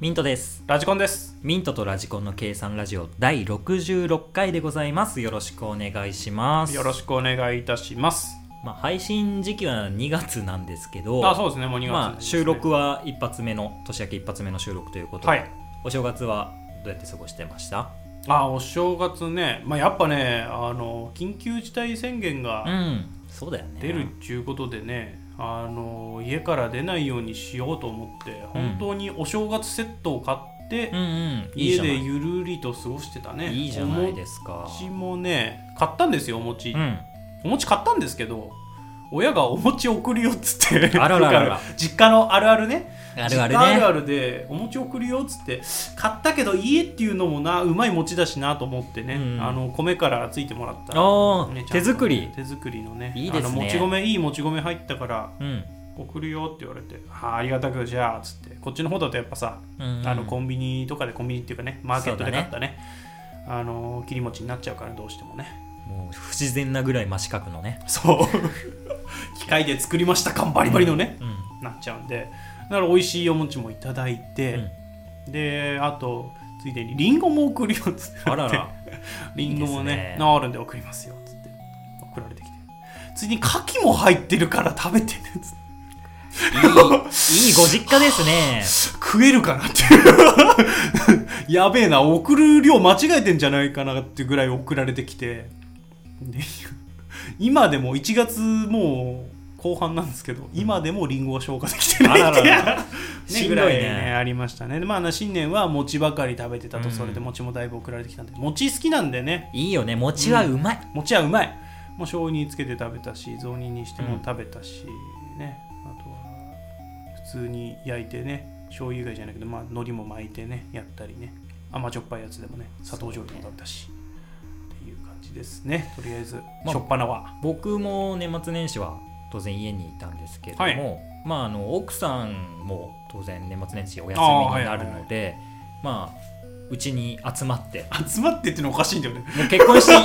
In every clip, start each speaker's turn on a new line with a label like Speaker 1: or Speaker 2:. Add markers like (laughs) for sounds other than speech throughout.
Speaker 1: ミントです。
Speaker 2: ラジコンです。
Speaker 1: ミントとラジコンの計算ラジオ第66回でございます。よろしくお願いします。
Speaker 2: よろしくお願いいたします。
Speaker 1: まあ、配信時期は2月なんですけど、
Speaker 2: あ、そうですね。もう2月、
Speaker 1: まあ、収録は一発目の、年明け一発目の収録ということで、
Speaker 2: はい。
Speaker 1: お正月はどうやって過ごしてました
Speaker 2: あ、お正月ね。まあやっぱね、あの緊急事態宣言
Speaker 1: う
Speaker 2: が
Speaker 1: ん、そうだよね。
Speaker 2: 出るっていうことでね、あの家から出ないようにしようと思って、本当にお正月セットを買って、
Speaker 1: うんうん、いい
Speaker 2: 家
Speaker 1: じゃな
Speaker 2: で
Speaker 1: い。
Speaker 2: ゆるりと過ごしてたね。
Speaker 1: いいじゃないですか
Speaker 2: お。餅もね、買ったんですよ。お餅。
Speaker 1: うん、
Speaker 2: お餅買ったんですけど。親がお餅送るよっつって
Speaker 1: あらららら
Speaker 2: 実家のあるあるね
Speaker 1: あるある
Speaker 2: 実家ある
Speaker 1: ね。
Speaker 2: あるでお餅送るよっつって買ったけど家っていうのもなうまい餅だしなと思ってね、
Speaker 1: うん
Speaker 2: あの米からついてもらった、
Speaker 1: おー
Speaker 2: ねちゃんと
Speaker 1: 手作り。
Speaker 2: 手作りのね
Speaker 1: いいですね
Speaker 2: あのもち米いいもち米入ったから
Speaker 1: うん、
Speaker 2: 送るよって言われてあーありがたくじゃあっつってこっちの方だとやっぱさ、
Speaker 1: うんうん
Speaker 2: あのコンビニとかでコンビニっていうかねマーケットで買っ
Speaker 1: そ
Speaker 2: たねあの切り餅になっちゃうからどうしてもね
Speaker 1: もう不自然なぐらい真四角のね。
Speaker 2: そう (laughs) 機械で作りました感バリバリのね、
Speaker 1: うん、
Speaker 2: なっちゃうんでだから美味しいお餅もいただいて、
Speaker 1: うん
Speaker 2: であとついでにリンゴも送るよっつって
Speaker 1: あらら。
Speaker 2: リンゴも
Speaker 1: いい
Speaker 2: ね
Speaker 1: ですね
Speaker 2: あるんで送りますよっつって送られてきてついでに牡蠣も入ってるから食べてねっつって
Speaker 1: いいご実家ですね。
Speaker 2: 食えるかなっていう (laughs) やべえな送る量間違えてんじゃないかなってぐらい送られてきてで今でも1月もう後半なんですけど今でもリンゴは消化できてないってい
Speaker 1: あら
Speaker 2: う
Speaker 1: ららしんどいね
Speaker 2: ねぐらいねありましたねでまあ新年は餅ばかり食べてたと、
Speaker 1: うん
Speaker 2: それで餅もだいぶ送られてきたんで餅好きなんでね
Speaker 1: いいよね、餅はうまい。
Speaker 2: 餅はうまいもう醤油につけて食べたし雑煮にしても食べたし、ねあとは普通に焼いてね醤油以外じゃないけどまあ海苔も巻いてねやったりね甘じょっぱいやつでもね砂糖醤油も食べたしっていう感じですねとりあえず、
Speaker 1: まあ
Speaker 2: しょっぱなは
Speaker 1: 僕も年末年始は当然家にいたんですけれども、
Speaker 2: はい
Speaker 1: まああの奥さんも当然年末年始お休みになるので、まあうちに集まって
Speaker 2: 集まってってのおかしいんだよね (laughs)
Speaker 1: もう結婚してね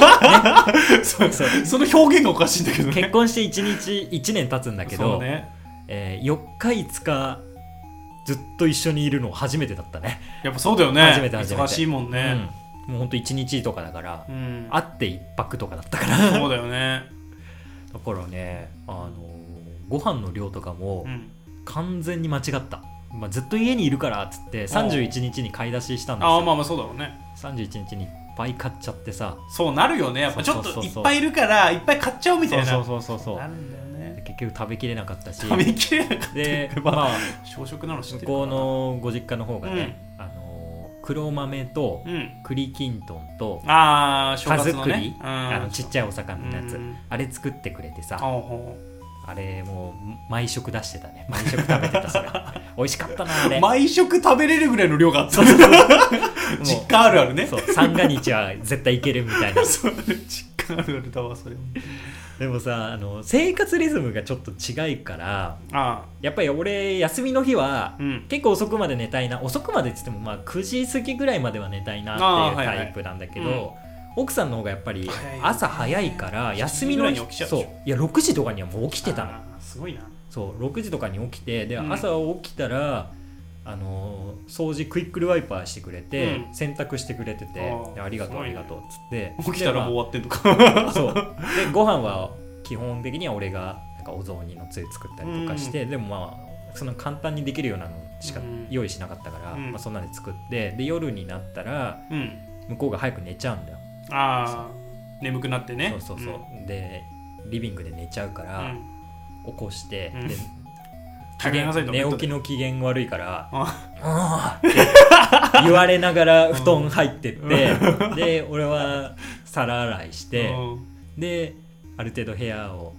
Speaker 2: そ
Speaker 1: (laughs)
Speaker 2: う
Speaker 1: そう
Speaker 2: その表現がおかしいんだけどね
Speaker 1: 結婚して1日1年経つんだけ
Speaker 2: そ
Speaker 1: ど、
Speaker 2: うね
Speaker 1: えー4日5日ずっと一緒にいるの初めてだったね
Speaker 2: やっぱそうだよね
Speaker 1: 初めて初めて
Speaker 2: 忙しいもんね、
Speaker 1: うん、もうほんと1日とかだから、
Speaker 2: うん
Speaker 1: 会って1泊とかだったから
Speaker 2: そうだよね、
Speaker 1: だからねあのご飯の量とかも
Speaker 2: うん、
Speaker 1: 完全に間違った、まあ、ずっと家にいるからっつって31日に買い出ししたんです
Speaker 2: あ
Speaker 1: よ
Speaker 2: あまあまあそうだろうね
Speaker 1: 31日にいっぱい買っちゃってさ
Speaker 2: そうなるよねやっぱちょっ
Speaker 1: そうそう
Speaker 2: と
Speaker 1: そ
Speaker 2: いうっ
Speaker 1: そう
Speaker 2: ぱいいるからいっぱい買っちゃおうみたいな
Speaker 1: そうそうそうそう
Speaker 2: るんだよね
Speaker 1: 結局食べきれなかったし
Speaker 2: 食べきれなかっ
Speaker 1: で
Speaker 2: たまあ
Speaker 1: まあ
Speaker 2: 小食なの知って
Speaker 1: 向
Speaker 2: る
Speaker 1: こうのご実家の方がね、あの黒豆と
Speaker 2: うん
Speaker 1: 栗きんとんと
Speaker 2: ああ正
Speaker 1: か
Speaker 2: 月
Speaker 1: ず
Speaker 2: の
Speaker 1: くり
Speaker 2: ね、
Speaker 1: あのちっちゃいお
Speaker 2: ゃ
Speaker 1: 魚のやつ、あれ作ってくれて
Speaker 2: あ
Speaker 1: さ
Speaker 2: ほ
Speaker 1: あれもう毎食出してたね毎食食べてた
Speaker 2: (laughs)
Speaker 1: それ美味しかったなあ
Speaker 2: う
Speaker 1: れ
Speaker 2: 毎食食べれるぐらいの量があった
Speaker 1: もう
Speaker 2: (laughs) 実家あるあるね
Speaker 1: そう三が日は絶対いけるみたいな
Speaker 2: そう実家あるあるだわそれも
Speaker 1: でもさあの生活リズムがちょっと違いから
Speaker 2: あ
Speaker 1: やっぱり俺休みの日は
Speaker 2: あ、うん
Speaker 1: 結構遅くまで寝たいな遅くまでっつってもまあ9時過ぎぐらいまでは寝たいなっていう
Speaker 2: あーはい
Speaker 1: タ
Speaker 2: はい
Speaker 1: イプなんだけど、
Speaker 2: うん
Speaker 1: 奥さんの方がやっぱり
Speaker 2: 早いよね
Speaker 1: 朝早いから休みの
Speaker 2: 7時ぐらいに起きちゃうで
Speaker 1: そ
Speaker 2: しょ
Speaker 1: ういや6時とかにはもう起きてたの
Speaker 2: あーすごいな
Speaker 1: そう6時とかに起きてで
Speaker 2: うん
Speaker 1: 朝起きたら、あのー掃除クイックルワイパーしてくれて、
Speaker 2: うん
Speaker 1: 洗濯してくれてて
Speaker 2: あー
Speaker 1: でありがと
Speaker 2: す
Speaker 1: うあ
Speaker 2: ごい
Speaker 1: り
Speaker 2: ね
Speaker 1: がとうっつって
Speaker 2: 起きた
Speaker 1: で
Speaker 2: ら
Speaker 1: まあ
Speaker 2: もう終わってんのか
Speaker 1: そうでご飯は基本的には俺がなんかお雑煮のつゆ作ったりとかして、でもまあその簡単にできるようなのしか
Speaker 2: うん
Speaker 1: 用意しなかったから、
Speaker 2: うん
Speaker 1: まあ、そんなので作ってで夜になったら
Speaker 2: (laughs) うん
Speaker 1: 向こうが早く寝ちゃうんだよ、
Speaker 2: ああ眠くなってね
Speaker 1: そうそうそう、でリビングで寝ちゃうか
Speaker 2: うんう
Speaker 1: ら、
Speaker 2: ん
Speaker 1: 起こして、
Speaker 2: うん
Speaker 1: で
Speaker 2: 食べなさいと
Speaker 1: 寝
Speaker 2: 思
Speaker 1: 起
Speaker 2: って
Speaker 1: きの機嫌悪いから「
Speaker 2: あ
Speaker 1: あーって言われながら布団入ってって、で俺は皿洗いして、
Speaker 2: うん
Speaker 1: である程度部屋を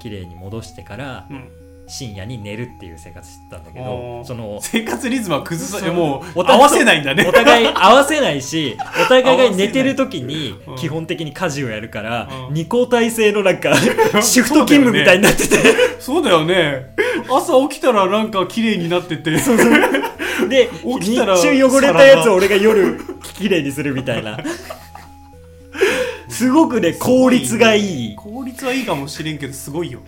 Speaker 1: きれいに戻してから
Speaker 2: うん
Speaker 1: 深夜に寝るっていう生活してたんだけ
Speaker 2: お
Speaker 1: ど
Speaker 2: ー
Speaker 1: その
Speaker 2: 生活リズムは崩さ
Speaker 1: そう
Speaker 2: もう
Speaker 1: お互い
Speaker 2: 合わせないんだ
Speaker 1: お
Speaker 2: ね
Speaker 1: 互い合わせないしお互いが寝てる時に
Speaker 2: うん
Speaker 1: 基本的に家事をやるから
Speaker 2: うん
Speaker 1: 二交代制の
Speaker 2: (laughs)
Speaker 1: なんかシフト勤務みたいになってて、
Speaker 2: そうだよね朝起きたらなんか綺麗になってて
Speaker 1: で
Speaker 2: 起
Speaker 1: 日
Speaker 2: きたら
Speaker 1: 中汚れたやつを俺が夜きれいにするみたいなすごくね効率がいい
Speaker 2: 効率はいいかもしれんけど (laughs) すごいよ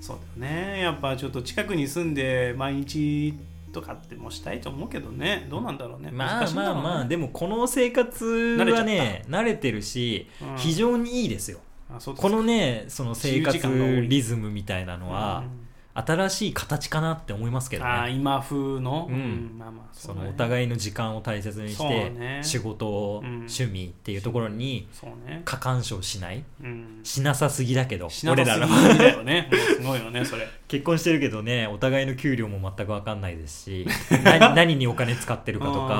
Speaker 2: そうだよねやっぱちょっと近くに住んで毎日とかってもしたいと思うけどねどうなんだろうね
Speaker 1: ま
Speaker 2: 難
Speaker 1: あ
Speaker 2: しいんだ
Speaker 1: まあ
Speaker 2: ろうね
Speaker 1: まあでもこの生活はね慣れてるし、
Speaker 2: うん
Speaker 1: 非常にいいですよ
Speaker 2: あそうです
Speaker 1: このねその生活
Speaker 2: 自由時間が多い
Speaker 1: リズムみたいなのは
Speaker 2: うん
Speaker 1: 新しい形かなって思いますけど
Speaker 2: ああ
Speaker 1: ね
Speaker 2: 今風の、
Speaker 1: うん
Speaker 2: まあまあ
Speaker 1: そのお
Speaker 2: い
Speaker 1: 互いの時間を大切にし
Speaker 2: そう
Speaker 1: て
Speaker 2: ね
Speaker 1: 仕事を
Speaker 2: うん
Speaker 1: 趣味っていうところに
Speaker 2: そうね、
Speaker 1: 過干渉しない
Speaker 2: うん、
Speaker 1: しなさすぎだけど
Speaker 2: しな
Speaker 1: 俺
Speaker 2: さす
Speaker 1: らの
Speaker 2: ぎだよね (laughs) もうすごいよねそれ
Speaker 1: 結婚してるけどねお互いの給料も全く分かんないです
Speaker 2: (laughs)
Speaker 1: し何何にお金使ってるかと
Speaker 2: あ
Speaker 1: か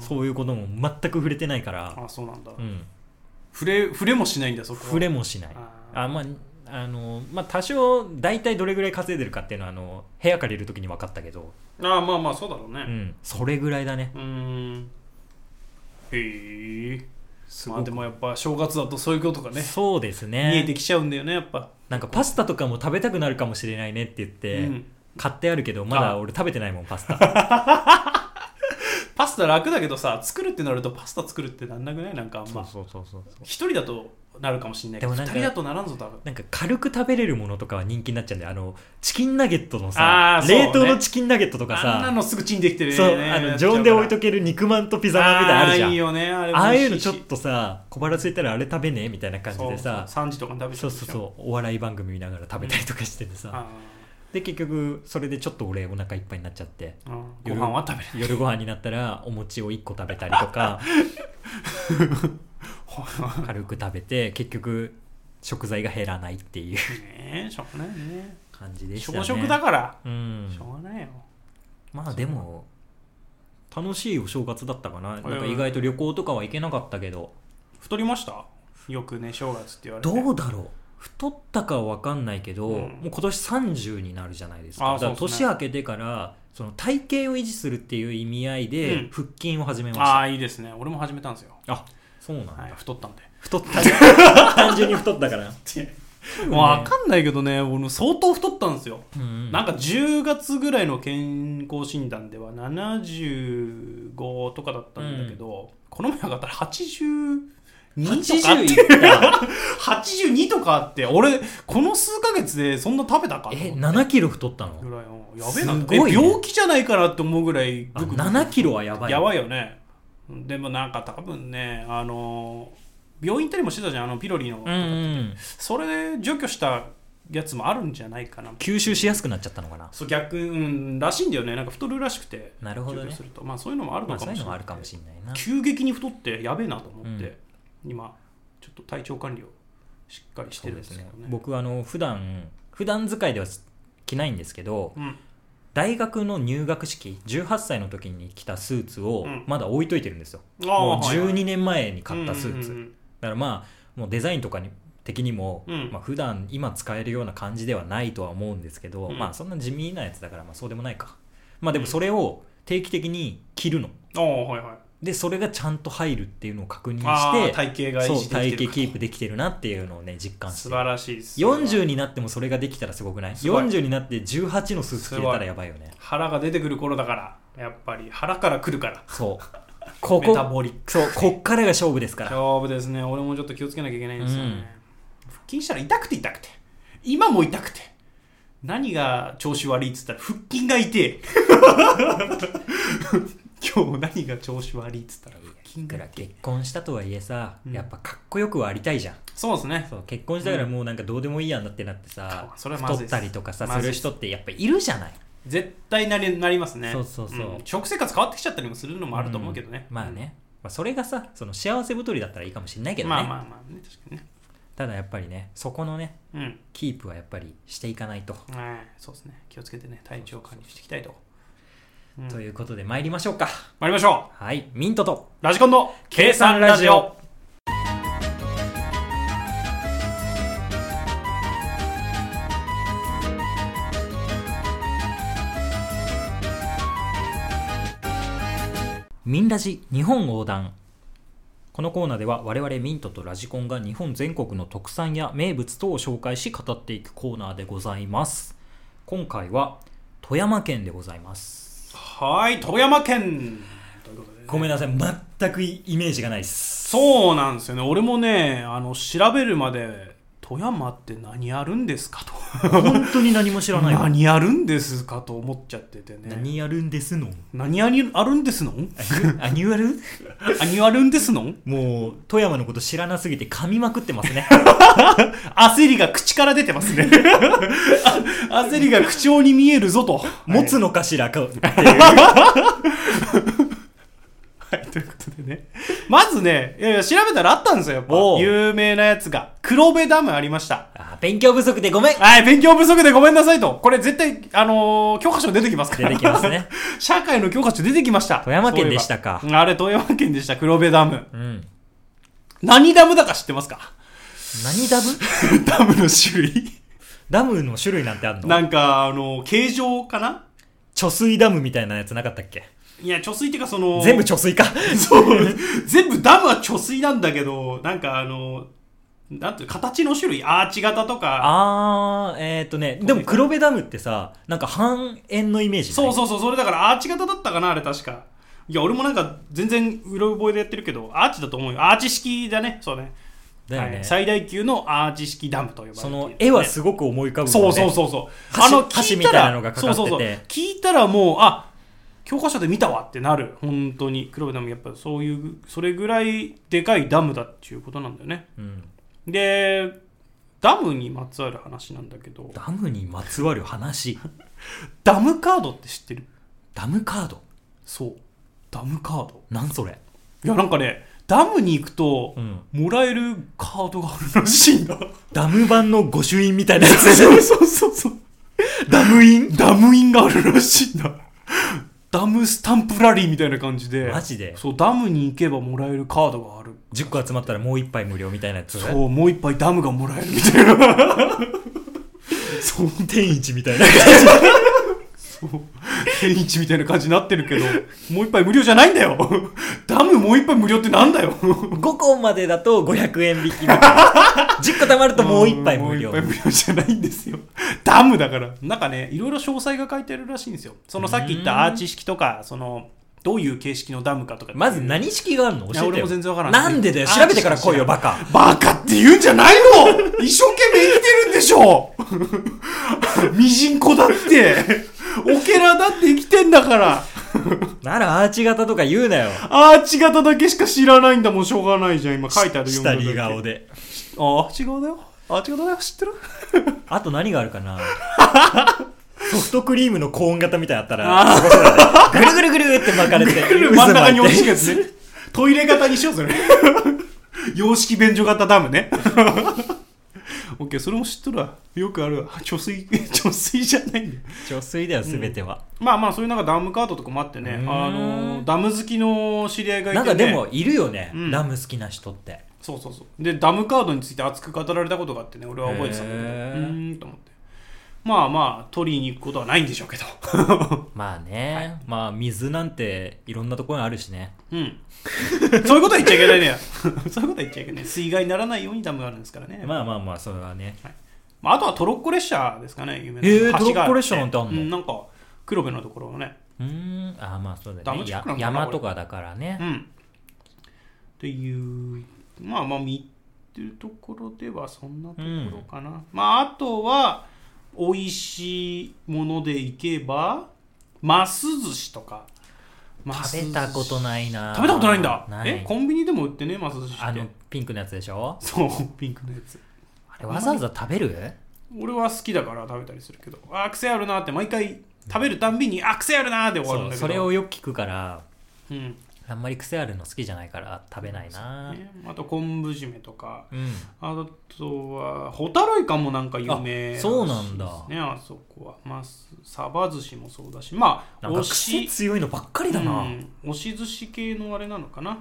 Speaker 2: ー
Speaker 1: そういうことも全く触れてないから、
Speaker 2: あそうなんだ、
Speaker 1: うん、
Speaker 2: 触れ触れもしないんだそこは
Speaker 1: 触れもしない
Speaker 2: あ
Speaker 1: あまああのまあ多少大体どれぐらい稼いでるかっていうのはあの部屋借りる時に分かったけど、
Speaker 2: ーあーまあまあそうだろう
Speaker 1: う
Speaker 2: ね
Speaker 1: ん、それぐらいだね
Speaker 2: うんんへえ
Speaker 1: ご
Speaker 2: ま
Speaker 1: く
Speaker 2: あでもやっぱ正月だとそういうことがね
Speaker 1: そうです
Speaker 2: 見え
Speaker 1: ね
Speaker 2: てきちゃうんだよねやっぱ
Speaker 1: なんかパスタとかも食べたくなるかもしれないねって言って、
Speaker 2: うん
Speaker 1: 買ってあるけどまだ
Speaker 2: あ
Speaker 1: 俺食べてないもんパ
Speaker 2: (laughs)
Speaker 1: スタ
Speaker 2: パスタ楽だけどさ作るってなるとパスタ作るってなんなくないなんかあんま
Speaker 1: そうそうそうそう
Speaker 2: 一人だとなるかもしれないけど
Speaker 1: でもな
Speaker 2: 二
Speaker 1: んか
Speaker 2: 人だとならんぞ多分
Speaker 1: なんか軽く食べれるものとかは人気になっちゃうんだよあのチキンナゲットの
Speaker 2: あ
Speaker 1: さ、
Speaker 2: ーそうね
Speaker 1: 冷凍のチキンナゲットとか
Speaker 2: あんな
Speaker 1: さ
Speaker 2: のすぐチンできてるね
Speaker 1: そうあの常温で置いとける肉まんとピザまんみたいなのあるじゃ
Speaker 2: ーいい
Speaker 1: ん
Speaker 2: よねあれ
Speaker 1: ああいうのちょっとさ小腹空いたらあれ食べねみたいな感じでさ
Speaker 2: そうそう3時とかに食べちゃ
Speaker 1: そうそう (laughs) そうお笑い番組見ながら食べたりとかしてて
Speaker 2: う
Speaker 1: さ、
Speaker 2: あ
Speaker 1: で結局それでちょっと俺お腹いっぱいになっちゃ (laughs) って
Speaker 2: ーうんご飯は食べれない
Speaker 1: 夜ご飯になったらお餅を1個食べたりと (laughs) か軽く食べて結局食材が減らないっていう (laughs)
Speaker 2: ねえしょうがないね
Speaker 1: 感じでしたね
Speaker 2: 小食だから、
Speaker 1: うん
Speaker 2: しょうがないよ
Speaker 1: まあでも楽しいお正月だったかななん
Speaker 2: い
Speaker 1: か意外と旅行とかは行けなかったけど
Speaker 2: 太りましたよくね正月って言われて
Speaker 1: どうだろう太ったかは分かんないけど、
Speaker 2: うん
Speaker 1: もう今年30になるじゃないですか
Speaker 2: あー
Speaker 1: だから
Speaker 2: そうです
Speaker 1: 年
Speaker 2: ね
Speaker 1: 明けてからその体型を維持するっていう意味合いで
Speaker 2: うん
Speaker 1: 腹筋を始めました、
Speaker 2: ああいいですね俺も始めたんですよ、
Speaker 1: あそうなんだ、
Speaker 2: はい、太ったんで
Speaker 1: 太った
Speaker 2: (laughs)
Speaker 1: 単純に太ったから
Speaker 2: もうわかんないけどね俺も相当太ったんですよ、
Speaker 1: うん
Speaker 2: なんか10月ぐらいの健康診断では75とかだったんだけど、この前測ったら82とかあっ
Speaker 1: 80
Speaker 2: て
Speaker 1: いった
Speaker 2: 82とかあって俺この数ヶ月でそんな食べたかと思って
Speaker 1: え7キロ太ったの
Speaker 2: ぐらいうんやべえな
Speaker 1: すごいね
Speaker 2: え病気じゃないかなって思うぐらい
Speaker 1: あ7キロはやばい
Speaker 2: やばいよねでもなんか多分ねあの病院行ったりもしてたじゃんあのピロリの、
Speaker 1: うん、うん、
Speaker 2: それで除去したやつもあるんじゃないかな
Speaker 1: 吸収しやすくなっちゃったのかな
Speaker 2: そう逆、うん、らしいんだよねなんか太るらしくて
Speaker 1: なるほどね
Speaker 2: 除去するとまあそういうのもある
Speaker 1: ま
Speaker 2: の
Speaker 1: あ
Speaker 2: か
Speaker 1: そう
Speaker 2: も
Speaker 1: いう
Speaker 2: し
Speaker 1: の
Speaker 2: れな
Speaker 1: も
Speaker 2: い,、
Speaker 1: あるかもしれないな
Speaker 2: 急激に太ってやべえなと思って、今ちょっと体調管理をしっかりして
Speaker 1: そう
Speaker 2: るん
Speaker 1: で
Speaker 2: ですすけど
Speaker 1: ね
Speaker 2: ね
Speaker 1: 僕あの普段普段使いでは着ないんですけど
Speaker 2: うん、
Speaker 1: 大学の入学式18歳の時に着たスーツを
Speaker 2: うん
Speaker 1: まだ置いといてるんですよ、
Speaker 2: あー
Speaker 1: もう
Speaker 2: はいはい
Speaker 1: 12年前に買ったスーツ、
Speaker 2: うんうんうん
Speaker 1: だからまあもうデザインとかに的にも、
Speaker 2: うん
Speaker 1: まあ普段今使えるような感じではないとは思うんですけど、
Speaker 2: うん
Speaker 1: まあそんな地味なやつだからまあそうでもないかまあでもそれを定期的に着るの
Speaker 2: ああはいはい
Speaker 1: でそれがちゃんと入るっていうのを確認
Speaker 2: あ
Speaker 1: し
Speaker 2: ー
Speaker 1: て
Speaker 2: 体型が維
Speaker 1: そう
Speaker 2: 持で
Speaker 1: 体
Speaker 2: きてる
Speaker 1: 型キープできてるなっていうのをね実感して
Speaker 2: 素晴らしいです
Speaker 1: 40になってもそれができたらすごくない
Speaker 2: すごい
Speaker 1: ?40 になって18のスーツ着れたらやばいよね。
Speaker 2: 腹が出てくる頃だからやっぱり腹からくるから
Speaker 1: そう。こ
Speaker 2: メタ
Speaker 1: こ、
Speaker 2: ボリック
Speaker 1: そう、こっからが勝負ですから。
Speaker 2: 勝負ですね俺もちょっと気をつけなきゃいけないんですよね、腹筋したら痛くて痛くて今も痛くて何が調子悪いっつったら腹筋が痛 (laughs) え今日何が調子悪いっつったら腹筋
Speaker 1: いく
Speaker 2: が
Speaker 1: ら
Speaker 2: 痛え
Speaker 1: 結婚したとはいえさ、
Speaker 2: うん
Speaker 1: やっぱかっこよくはありたいじゃん。
Speaker 2: そうですね
Speaker 1: そう、結婚したからもうなんかどうでもいいやんだってなってさ、
Speaker 2: それはま
Speaker 1: 太
Speaker 2: ずい
Speaker 1: っ
Speaker 2: です
Speaker 1: たりとかさ、
Speaker 2: まず
Speaker 1: す
Speaker 2: い
Speaker 1: る
Speaker 2: です
Speaker 1: 人ってやっぱいるじゃない。
Speaker 2: 絶対なりなりますね
Speaker 1: そうそうそうん
Speaker 2: 食生活変わってきちゃったりもするのもあると思うけどね、
Speaker 1: まあね。まあ、それがさ、その幸せ太りだったらいいかもしれないけどね。
Speaker 2: まあまあまあね確かにね
Speaker 1: ただやっぱりね、そこのね、
Speaker 2: うん
Speaker 1: キープはやっぱりしていかないと。
Speaker 2: はい、そうですね。気をつけてね、体調管理していきたいと。うん
Speaker 1: ということで参りましょうか。
Speaker 2: 参りましょ
Speaker 1: はい、ミントと。
Speaker 2: うラジコンの計算ラジオ
Speaker 1: ミンラジ日本横断このコーナーでは我々ミントとラジコンが日本全国の特産や名物等を紹介し語っていくコーナーでございます今回は富山県でございます
Speaker 2: はい、富山県ということでね
Speaker 1: ごめんなさい全くイメージがないです
Speaker 2: そうなんですよね。俺もね、あの、調べるまで、富山って何やるんですかと
Speaker 1: 本当に何も知らないわ
Speaker 2: 何やるんですかと思っちゃっててね
Speaker 1: 何やるんですの
Speaker 2: 何やりあるんですの
Speaker 1: (laughs) アニュアル
Speaker 2: 何あるんですの
Speaker 1: もう富山のこと知らなすぎて噛みまくってますね
Speaker 2: 焦りが口から出てますねあ (laughs) 焦りが口調に見えるぞと
Speaker 1: 持つのかしらかっていう
Speaker 2: はい、ということでね。まずね、いやいや、調べたらあったんですよ、やっぱ
Speaker 1: お。う
Speaker 2: 有名なやつが。黒部ダムありました。
Speaker 1: (laughs) あ勉強不足でごめん
Speaker 2: はい、勉強不足でごめんなさいと。これ絶対、あのー教科書出てきますから。
Speaker 1: 出てきますね。
Speaker 2: (laughs) 社会の教科書出てきました。
Speaker 1: 富山県でしたか
Speaker 2: そういえばあれ、富山県でした、黒部ダム。
Speaker 1: うん
Speaker 2: 何ダムだか知ってま
Speaker 1: (laughs)
Speaker 2: すか
Speaker 1: 何ダム
Speaker 2: ダムの種類。
Speaker 1: ダムの種類なんてあんの
Speaker 2: なんか、あのー形状かな
Speaker 1: 貯水ダムみたいなやつなかったっけ
Speaker 2: いや、貯水っていうかその、
Speaker 1: 全部貯 (laughs) 水か
Speaker 2: そう。 (laughs) 全部ダムは貯水なんだけど、なんかあの、なんていう形の種類、アーチ型とか、
Speaker 1: あーえっ、ー、とねでも黒部ダムってさなんか半円のイメージ
Speaker 2: そう
Speaker 1: う
Speaker 2: そうそう、それだからアーチ型だったかな、あれ確か。いや、俺もなんか全然うろ覚えでやってるけど、アーチだと思うよ。アーチ式だね、そうね。
Speaker 1: だよね、
Speaker 2: はい最大級のアーチ式ダムと呼ばれてい
Speaker 1: そ
Speaker 2: る
Speaker 1: の絵はすごく思い浮かぶもん
Speaker 2: そ
Speaker 1: ね
Speaker 2: うそうそうそう。
Speaker 1: 橋橋みたいなのがかかってて
Speaker 2: そうそうそう聞いたらもう、あ教科書で見たわってなる。本当に。黒部ダム、やっぱそういう、それぐらいでかいダムだっていうことなんだよね。
Speaker 1: うん、
Speaker 2: でダムにまつわる話なんだけど
Speaker 1: ダムにまつわる話
Speaker 2: ダムカードって知ってる
Speaker 1: ダムカード
Speaker 2: そうダムカード
Speaker 1: なんそれ
Speaker 2: いやなんかねダムに行くと
Speaker 1: う、ん
Speaker 2: もらえるカードがあるらしいんだ (laughs)
Speaker 1: ダム版の御朱印みたいなや (laughs) つ
Speaker 2: そうそうそうそうダムインダムインがあるらしいんだダムスタンプラリーみたいな感じで
Speaker 1: マジで
Speaker 2: そうダムに行けばもらえるカードがある
Speaker 1: 10個集まったらもう1杯無料みたいなやつ
Speaker 2: そうもう一杯ダムがもらえるみたいな
Speaker 1: そう天一みたいな
Speaker 2: 天一みたいな感じになってるけどもう一杯無料じゃないんだよダムもう一杯無料ってなんだよ
Speaker 1: 5個までだと500円引きみたいな10個貯まるともう1杯無料
Speaker 2: もう一杯無料じゃないんですよ。ダムだから。なんかね、いろいろ詳細が書いてあるらしいんですよ。そのさっき言ったアーチ式とか、その、どういう形式のダムかとか。
Speaker 1: まず何式があるの教えて
Speaker 2: いや
Speaker 1: よ
Speaker 2: 俺も全然わからん
Speaker 1: なんでだよ調べてから来いよバカ
Speaker 2: バカって言うんじゃないの (laughs) 一生懸命生きてるんでしょ (laughs) ミジンコだって、オケラだって生きてんだから。
Speaker 1: ならアーチ型とか言うなよ
Speaker 2: アーチ型だけしか知らないんだもん、しょうがないじゃん、今書いてあるよ。
Speaker 1: 下り顔で
Speaker 2: ああ、違うだよ。あ違うだよ。知ってる
Speaker 1: あと何があるかなソフトクリームのコーン型みたいなのあったら、
Speaker 2: あ
Speaker 1: ぐるぐるぐるって巻かれて、
Speaker 2: 真ん中に落ちる
Speaker 1: る
Speaker 2: やつね。トイレ型にしよう、それ。洋式便所型ダムね。 (laughs) オッケー、それも知っとるわ。よくあるわ。貯水、 (laughs) 貯水じゃないんだよ。
Speaker 1: 貯水だよ、すべては。
Speaker 2: まあまあ、そういうなんかダムカードとかもあってね、
Speaker 1: うーん
Speaker 2: あの、ダム好きの知り合いがいて、ね、
Speaker 1: なんかでも、いるよね、
Speaker 2: うん
Speaker 1: ダム好きな人って。
Speaker 2: そうそうそう。で、ダムカードについて熱く語られたことがあってね、俺は覚えてたんだけど、
Speaker 1: へ
Speaker 2: う
Speaker 1: ー
Speaker 2: ーんと思って。まあまあ、取りに行くことはないんでしょうけど。 (laughs)
Speaker 1: まあね、まあ水なんていろんなところにあるしね。
Speaker 2: うん。そういうことは言っちゃいけないね。 (laughs) そういうことは言っちゃいけない。水害にならないようにダムがあるんですからね。まあ、
Speaker 1: まあまあまあ、それはね。
Speaker 2: あ、とはトロッコ列車ですかね、有名な。
Speaker 1: へえ
Speaker 2: 橋があ
Speaker 1: トロッコ列車なんてあんの
Speaker 2: うなんか、黒部のところのね。
Speaker 1: うーん、あまあそうだ
Speaker 2: ダ
Speaker 1: よ
Speaker 2: ム
Speaker 1: ね。
Speaker 2: 地区
Speaker 1: や
Speaker 2: なのかな
Speaker 1: 山
Speaker 2: これ
Speaker 1: とかだから
Speaker 2: う
Speaker 1: ね。
Speaker 2: ん。っていう、まあまあ見てるところではそんなところかな。まあ、あとは、美味しいものでいけば、ます寿司とか。ます寿司
Speaker 1: 食べたことないな
Speaker 2: 食べたことないんだ。
Speaker 1: ない
Speaker 2: え、コンビニでも売ってね、ます寿司って。
Speaker 1: あの、ピンクのやつでしょ
Speaker 2: そう、ピンクのやつ。
Speaker 1: あれわざわざ食べる
Speaker 2: 俺は好きだから食べたりするけどあー癖あるなって毎回食べるたんびにあ癖あるなーで終わる
Speaker 1: そ
Speaker 2: んだ
Speaker 1: う
Speaker 2: けど
Speaker 1: それをよく聞くから、
Speaker 2: うん
Speaker 1: あんまり癖あるの好きじゃないから食べないな
Speaker 2: ね、あと昆布締めとか
Speaker 1: うん
Speaker 2: あとはホタルイカもなんか有名
Speaker 1: あそうなんだ
Speaker 2: らしいですねあそこはまあサバ寿司もそうだしまあ
Speaker 1: なんか
Speaker 2: 押
Speaker 1: 癖
Speaker 2: し
Speaker 1: 強いのばっかりだな、
Speaker 2: うん押し寿司系のあれなのかな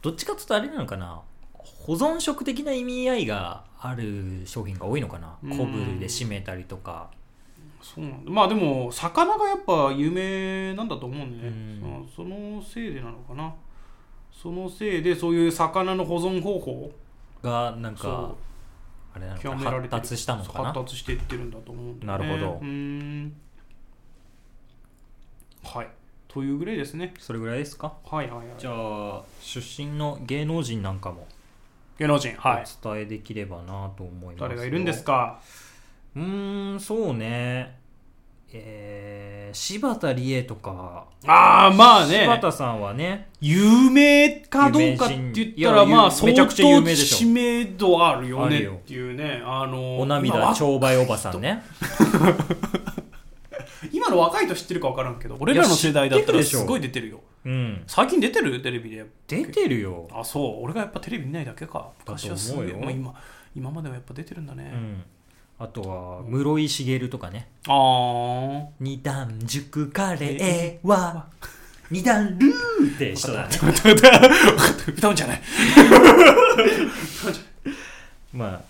Speaker 1: どっちかっていうとあれなのかな保存食的な意味合いがある商品が多いのかな
Speaker 2: うん
Speaker 1: 小ぶりで締めたりとか
Speaker 2: そうなんだまあでも魚がやっぱ有名なんだと思うんだよね、
Speaker 1: う
Speaker 2: うんそのせいでなのかなそのせいでそういう魚の保存方法
Speaker 1: がなん
Speaker 2: そ
Speaker 1: かあれなのか
Speaker 2: 極
Speaker 1: な
Speaker 2: められて
Speaker 1: 発
Speaker 2: る
Speaker 1: 達したのかな
Speaker 2: 発達していってるんだと思うんだよね
Speaker 1: なるほど
Speaker 2: うーんはいというぐらいですね
Speaker 1: それぐらいですか
Speaker 2: はいはいはい
Speaker 1: じゃあ出身の芸能人なんかも
Speaker 2: 芸能人はい
Speaker 1: お伝えできればなと思いますよ
Speaker 2: 誰がいるんですか
Speaker 1: うーんそうねえー、柴田理恵とか
Speaker 2: ああまあね
Speaker 1: 柴田さんはね
Speaker 2: 有名かどうかって言ったら
Speaker 1: 有名人
Speaker 2: まあ
Speaker 1: いや有名め
Speaker 2: 相
Speaker 1: ちゃ
Speaker 2: 当
Speaker 1: くちゃ有名でしょ
Speaker 2: 知名度あるよ
Speaker 1: ある
Speaker 2: ね
Speaker 1: よ
Speaker 2: っていうねあの
Speaker 1: お
Speaker 2: 今
Speaker 1: 涙
Speaker 2: わ
Speaker 1: ちょうばいおばさんね
Speaker 2: 今の若い人知ってるか分からんけど俺らの世代だった
Speaker 1: い
Speaker 2: ら
Speaker 1: や知ってるでしょ
Speaker 2: すごい出てるよ
Speaker 1: うん
Speaker 2: 最近出てるテレビで
Speaker 1: 出てるよ、
Speaker 2: あそう俺がやっぱテレビ見ないだけか
Speaker 1: だと思うよ
Speaker 2: 昔はすごい、まあ、今今まではやっぱ出てるんだね、
Speaker 1: うん、あとは室井茂とかね
Speaker 2: あー
Speaker 1: 二段熟カレーは二段ルーって人だね
Speaker 2: 分かった分かった歌うんじゃない
Speaker 1: まあ、
Speaker 2: うん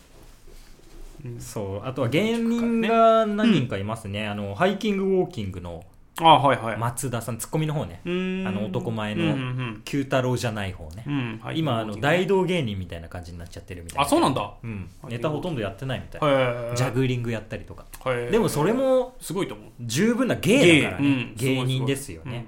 Speaker 1: そうあとは芸人が何人かいますねあのハイキングウォーキングの
Speaker 2: あはいはい、
Speaker 1: 松田さんツッコミの方ね
Speaker 2: うーん
Speaker 1: あの男前の
Speaker 2: うんうん
Speaker 1: 九太郎じゃない方ね
Speaker 2: う、ん、うんはい
Speaker 1: 今あの大道芸人みたいな感じになっちゃってるみたいな
Speaker 2: あそうなんだへ
Speaker 1: うんネタほとんどやってないみたいな、
Speaker 2: え
Speaker 1: ジャグリングやったりとか、
Speaker 2: へえ
Speaker 1: でもそれも
Speaker 2: すごいと思う
Speaker 1: 十分な芸だからね
Speaker 2: 芸うん
Speaker 1: 芸人ですよ
Speaker 2: すごい
Speaker 1: ね、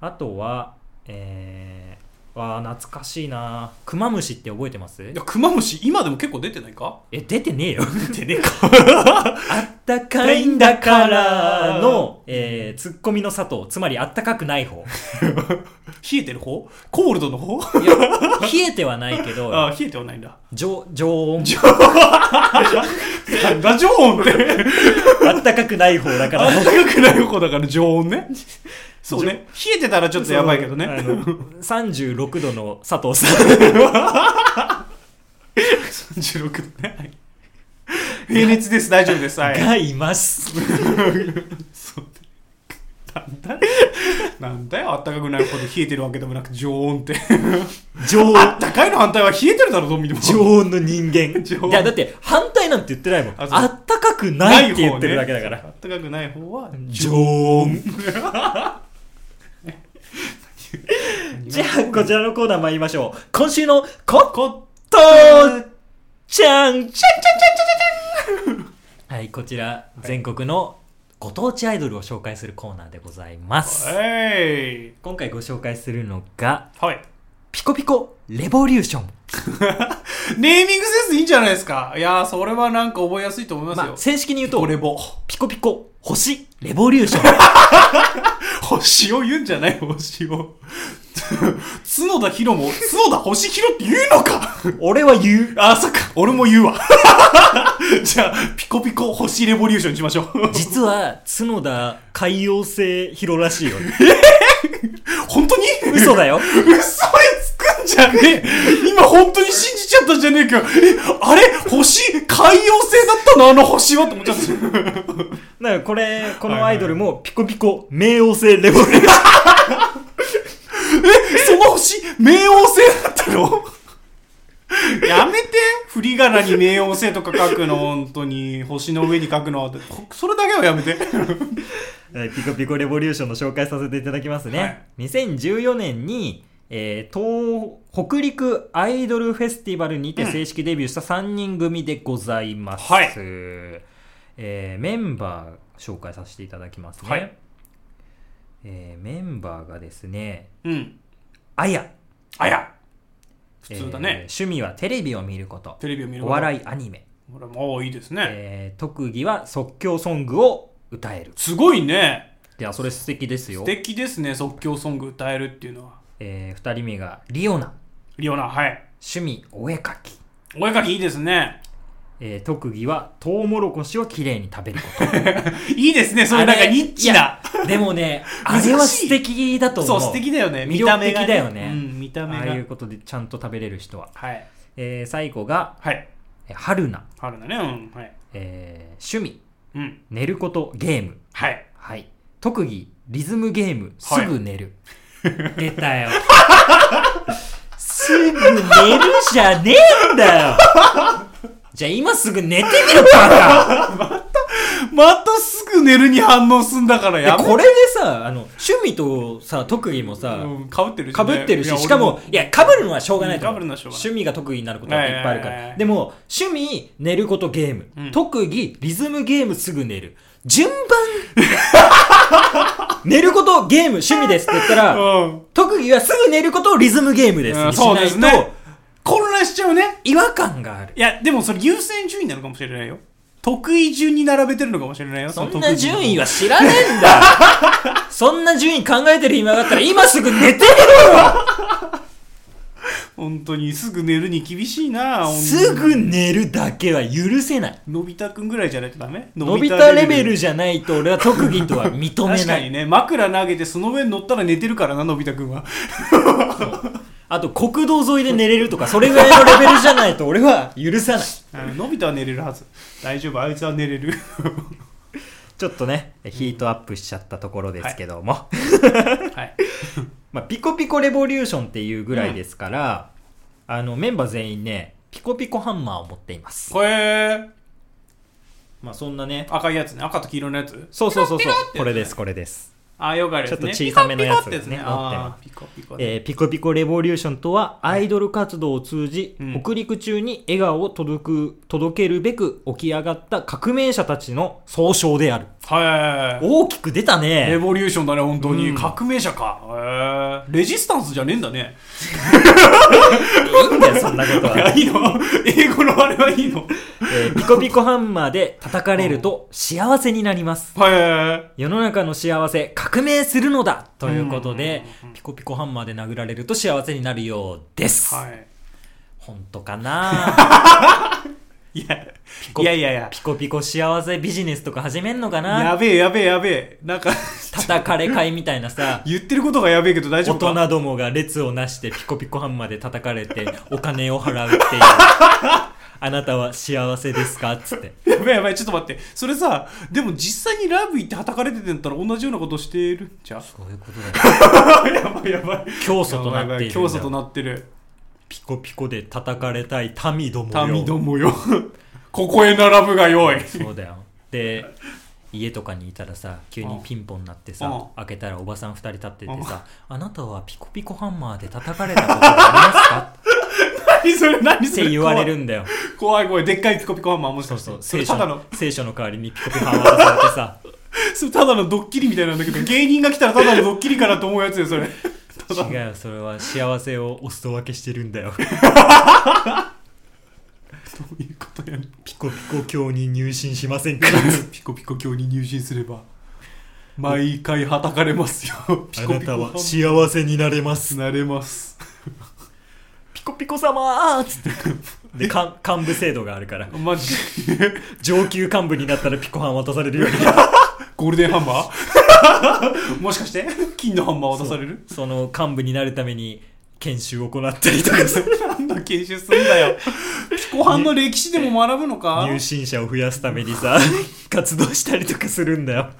Speaker 1: あとはえー、わあ懐かしいなクマムシって覚えてます
Speaker 2: いやクマムシ今でも結構出てないか
Speaker 1: え (laughs) 出てねえよ
Speaker 2: 出てねえか
Speaker 1: あったかいんだからの、えー、ツッコミの佐藤つまりあったかくない方
Speaker 2: 冷えてる方コールドの方
Speaker 1: いや冷えてはないけ (laughs) ど
Speaker 2: あ冷えてはないんだ
Speaker 1: 常常温
Speaker 2: なんだ常温って
Speaker 1: (laughs) あったかくない方だか (laughs)
Speaker 2: あ
Speaker 1: ら
Speaker 2: ったかくない方だから常温ねそうね冷えてたらちょっとやばいけどね
Speaker 1: あの36度 (laughs) の佐藤さん
Speaker 2: 16度ね (laughs) はい平熱です大丈夫ですはい
Speaker 1: がいます。
Speaker 2: そうなんだよなんだよあったかくない方で冷えてるわけでもなく常温って
Speaker 1: (laughs) 常温。
Speaker 2: あったかいの反対は冷えてるだろどう見ても
Speaker 1: 常温の人 (laughs) 間。
Speaker 2: 常温
Speaker 1: いや、だって反対なんて言ってないもん。
Speaker 2: あそう
Speaker 1: あったかくないって言ってるだけだか
Speaker 2: あ
Speaker 1: ら。
Speaker 2: ったかくない方は
Speaker 1: 常温。じゃあ、こちらのコーナー参りましょう。今週のココットちゃんちゃんちゃんちゃんちゃんちゃんはい、こちら、全国のご当地アイドルを紹介するコーナーでございます。
Speaker 2: えい
Speaker 1: 今回ご紹介するのが、
Speaker 2: はい
Speaker 1: ピコピコレボリューション。
Speaker 2: ネーミングセンスいいんじゃないですかいやーそれはなんか覚えやすいと思います
Speaker 1: ま
Speaker 2: よ
Speaker 1: あ、正式に言うと
Speaker 2: オ、レボ
Speaker 1: ピコピコ星レボリューション。
Speaker 2: 星を言うんじゃない星を角田博も角田星博って言うのか
Speaker 1: 俺は言う。
Speaker 2: あそっか俺も言うわじゃあピコピコ星レボリューションにしましょう
Speaker 1: 実は、角田海洋性ヒロら (laughs) しいよ。
Speaker 2: 本当に
Speaker 1: 嘘だよ。
Speaker 2: 嘘につくんじゃねえ今本当に信じちゃったじゃねえかえあれ星海洋星だったのあの星はって思っちゃった
Speaker 1: だからこれ、このアイドルもピコピコ冥王星レボリューション。
Speaker 2: えその星冥王星だったのやめて振り仮名に冥王星とか書くの本当に星の上に書くのはほそれだけはやめ
Speaker 1: (laughs)
Speaker 2: て
Speaker 1: えーピコピコレボリューションの紹介させていただきますね。
Speaker 2: はい
Speaker 1: 2014年に、えー東北陸アイドルフェスティバルにて正式デビューした3人組でございます。
Speaker 2: はい
Speaker 1: えーメンバー紹介させていただきますね。
Speaker 2: はい
Speaker 1: えーメンバーがですね、
Speaker 2: うん
Speaker 1: あや。
Speaker 2: あや普通だ
Speaker 1: えー
Speaker 2: ね、
Speaker 1: 趣味はテレビを見ること。
Speaker 2: テレビを見る
Speaker 1: お
Speaker 2: こと
Speaker 1: 笑いアニメ。
Speaker 2: ほらもういいですね、
Speaker 1: えー特技は即興ソングを歌える。
Speaker 2: すごいね
Speaker 1: いや、それ素敵ですよ
Speaker 2: 素。敵ですね即興ソング歌えるっていうのは
Speaker 1: え2人目がリオナ。
Speaker 2: リオナはい
Speaker 1: 趣味お絵かき、
Speaker 2: お絵描きいいですね
Speaker 1: えー特技はトウモロコシをきれいに食べるこ
Speaker 2: いいですねそれなんかニッチな (laughs)
Speaker 1: とでもねあ
Speaker 2: 難しい
Speaker 1: れは素敵だと思
Speaker 2: そうう素敵だよね
Speaker 1: 魅
Speaker 2: 見た目
Speaker 1: 力
Speaker 2: が
Speaker 1: 的だよね
Speaker 2: うん見た目
Speaker 1: あ
Speaker 2: が
Speaker 1: あいうことでちゃんと食べれる人は、
Speaker 2: はい
Speaker 1: えー最後が
Speaker 2: はい
Speaker 1: えー春菜、
Speaker 2: あるんだねうんはい
Speaker 1: えー趣味
Speaker 2: うん
Speaker 1: 寝ることゲーム
Speaker 2: はい
Speaker 1: はい特技リズムゲームす
Speaker 2: はい
Speaker 1: ぐ寝
Speaker 2: (laughs)
Speaker 1: る、出たよすぐ寝るじゃねえんだよじゃあ今すぐ寝てみろバカ
Speaker 2: またすぐ寝るに反応すんだから
Speaker 1: いや
Speaker 2: やめ
Speaker 1: これでさあの趣味とさ特技もさ、
Speaker 2: うんかぶってるし
Speaker 1: か
Speaker 2: ね
Speaker 1: ぶってるし、
Speaker 2: いや
Speaker 1: しかも
Speaker 2: 俺、
Speaker 1: いや、かぶるのはしょうがないと思う。
Speaker 2: うん被るのはしょうがない
Speaker 1: 趣味が特技になることはいっぱいあるか
Speaker 2: はいはいはいは
Speaker 1: ら。
Speaker 2: い
Speaker 1: でも、趣味、寝ることゲーム。
Speaker 2: うん
Speaker 1: 特技、リズムゲームすぐ寝る。順番寝ることゲーム、趣味ですって言ったら、
Speaker 2: うん
Speaker 1: 特技はすぐ寝ることをリズムゲームです
Speaker 2: うん
Speaker 1: にしないと、
Speaker 2: そうですね混乱しちゃうね
Speaker 1: 違和感がある
Speaker 2: いやでもそれ優先順位なのかもしれないよ得意順に並べてるのかもしれないよ
Speaker 1: そ
Speaker 2: の
Speaker 1: ん
Speaker 2: 得
Speaker 1: な
Speaker 2: 意
Speaker 1: 順位
Speaker 2: は
Speaker 1: は知らねえんだよそんな順位考えてる暇があったら今すぐ寝て
Speaker 2: 本当にすぐ寝るに厳しいな
Speaker 1: ろ
Speaker 2: 本当に
Speaker 1: すぐ寝るだけは許せない
Speaker 2: のび太くんぐらいじゃないとダメ
Speaker 1: のび太レベ
Speaker 2: の
Speaker 1: ル
Speaker 2: び
Speaker 1: じゃないと俺は特技とは認め
Speaker 2: 確
Speaker 1: な
Speaker 2: か
Speaker 1: い
Speaker 2: にね枕投げてその上に乗ったら寝てるからなのび太くんは
Speaker 1: あと国道沿いで寝れるとかそれぐらいのレベルじゃないと俺は許さない
Speaker 2: うんのび太は寝れるはず大丈夫あいつは寝
Speaker 1: (laughs)
Speaker 2: れる
Speaker 1: ちょっとねヒートアップしちゃったところですけども、
Speaker 2: はい
Speaker 1: まあ、ピコピコレボリューションっていうぐらいですから、あのメンバー全員ねピコピコハンマーを持っています、
Speaker 2: これ
Speaker 1: まあ、そんなね
Speaker 2: 赤いやつね赤と黄色のやつ
Speaker 1: そうそうそう
Speaker 2: ピ
Speaker 1: そ
Speaker 2: コ
Speaker 1: う
Speaker 2: ピコってやつね
Speaker 1: これですこれです、
Speaker 2: あよくあるやつね
Speaker 1: ちょっと小さめのやつ
Speaker 2: ピコピコってね
Speaker 1: ね
Speaker 2: あーピコピコね
Speaker 1: えーピコピコレボリューションとはアイドル活動を通じ、
Speaker 2: うん
Speaker 1: 北陸中に笑顔を届く届けるべく起き上がった革命者たちの総称である
Speaker 2: はい
Speaker 1: 大きく出た
Speaker 2: レ
Speaker 1: ね
Speaker 2: ボリューションだね本当に、
Speaker 1: うん
Speaker 2: 革命者かへーレジスタンスじゃねえんだね
Speaker 1: いいんだよそんなことは
Speaker 2: (laughs) いい
Speaker 1: (laughs)
Speaker 2: の英語のあれはいいの
Speaker 1: えーピコピコハンマーで叩かれると幸せになります。
Speaker 2: はい
Speaker 1: 世の中の幸せ、革命するのだということで
Speaker 2: うんうんうんうん、
Speaker 1: ピコピコハンマーで殴られると幸せになるようです。
Speaker 2: はい
Speaker 1: 本当かな (laughs)
Speaker 2: いや
Speaker 1: コ
Speaker 2: いやいやいや
Speaker 1: ピコピコ幸せビジネスとか始めんのかな
Speaker 2: やべえやべえやべえなんか、
Speaker 1: 叩かれ会みたいなさ
Speaker 2: 言ってることがやべえけど大丈
Speaker 1: 大
Speaker 2: 夫か
Speaker 1: 人どもが列をなしてピコピコハンマーで叩かれ
Speaker 2: (laughs)
Speaker 1: てお金を払うっていう。あなたは幸せですかつって。
Speaker 2: やべえやべえちょっと待ってそれさでも実際にライブ行ってはたかれててんだったら同じようなことしてるんじ
Speaker 1: (laughs)
Speaker 2: ゃん
Speaker 1: そういうことだよ。
Speaker 2: やばいやばい
Speaker 1: 教祖となっているんだよ。
Speaker 2: 競争となってる
Speaker 1: ピコピコで叩かれたい民どもよ
Speaker 2: 民どもよここへ並ぶがよい
Speaker 1: そうだよで家とかにいたらさ急にピンポンなってさ、
Speaker 2: うん
Speaker 1: 開けたらおばさん2人立っててさ、あなたはピコピコハンマーで叩かれたことがありますか
Speaker 2: 何 (laughs) それ何
Speaker 1: っ
Speaker 2: (laughs) それ
Speaker 1: て言われるんだよ
Speaker 2: 怖い怖いでっかいピコピコハンマーもし
Speaker 1: そう
Speaker 2: かして
Speaker 1: そう
Speaker 2: れ
Speaker 1: 聖書
Speaker 2: ただ
Speaker 1: の
Speaker 2: の
Speaker 1: 聖書の代わりにピコピコハンマーされてさ
Speaker 2: それただのドッキリみたいなんだけ
Speaker 1: (laughs)
Speaker 2: ど芸人が来たらただのドッキリかなと思うやつよそれただ
Speaker 1: 違うよそれは幸せをお裾分けしてるんだ (laughs) よ
Speaker 2: そういうことやね
Speaker 1: ピコピコ教に入信しませんか
Speaker 2: ピコピコ教に入信すれば毎回はたかれま
Speaker 1: (laughs)
Speaker 2: すよピコピコハンマー
Speaker 1: 幸せになれます
Speaker 2: なれます
Speaker 1: ピコピコ様ーっつってでか幹部制度があるから
Speaker 2: マジ (laughs) で
Speaker 1: 上級幹部になったらピコハン渡されるよう (laughs) に
Speaker 2: ゴールデンハンマ
Speaker 1: (laughs)
Speaker 2: ーもしかして金のハンマー渡される
Speaker 1: その幹部になるために研修を行ったりとかさ
Speaker 2: (laughs) なんだ研修すん
Speaker 1: (laughs)
Speaker 2: だよピコハンの歴史でも学ぶのか
Speaker 1: 入信者を増やすために (laughs) さ活動したりとかするんだよ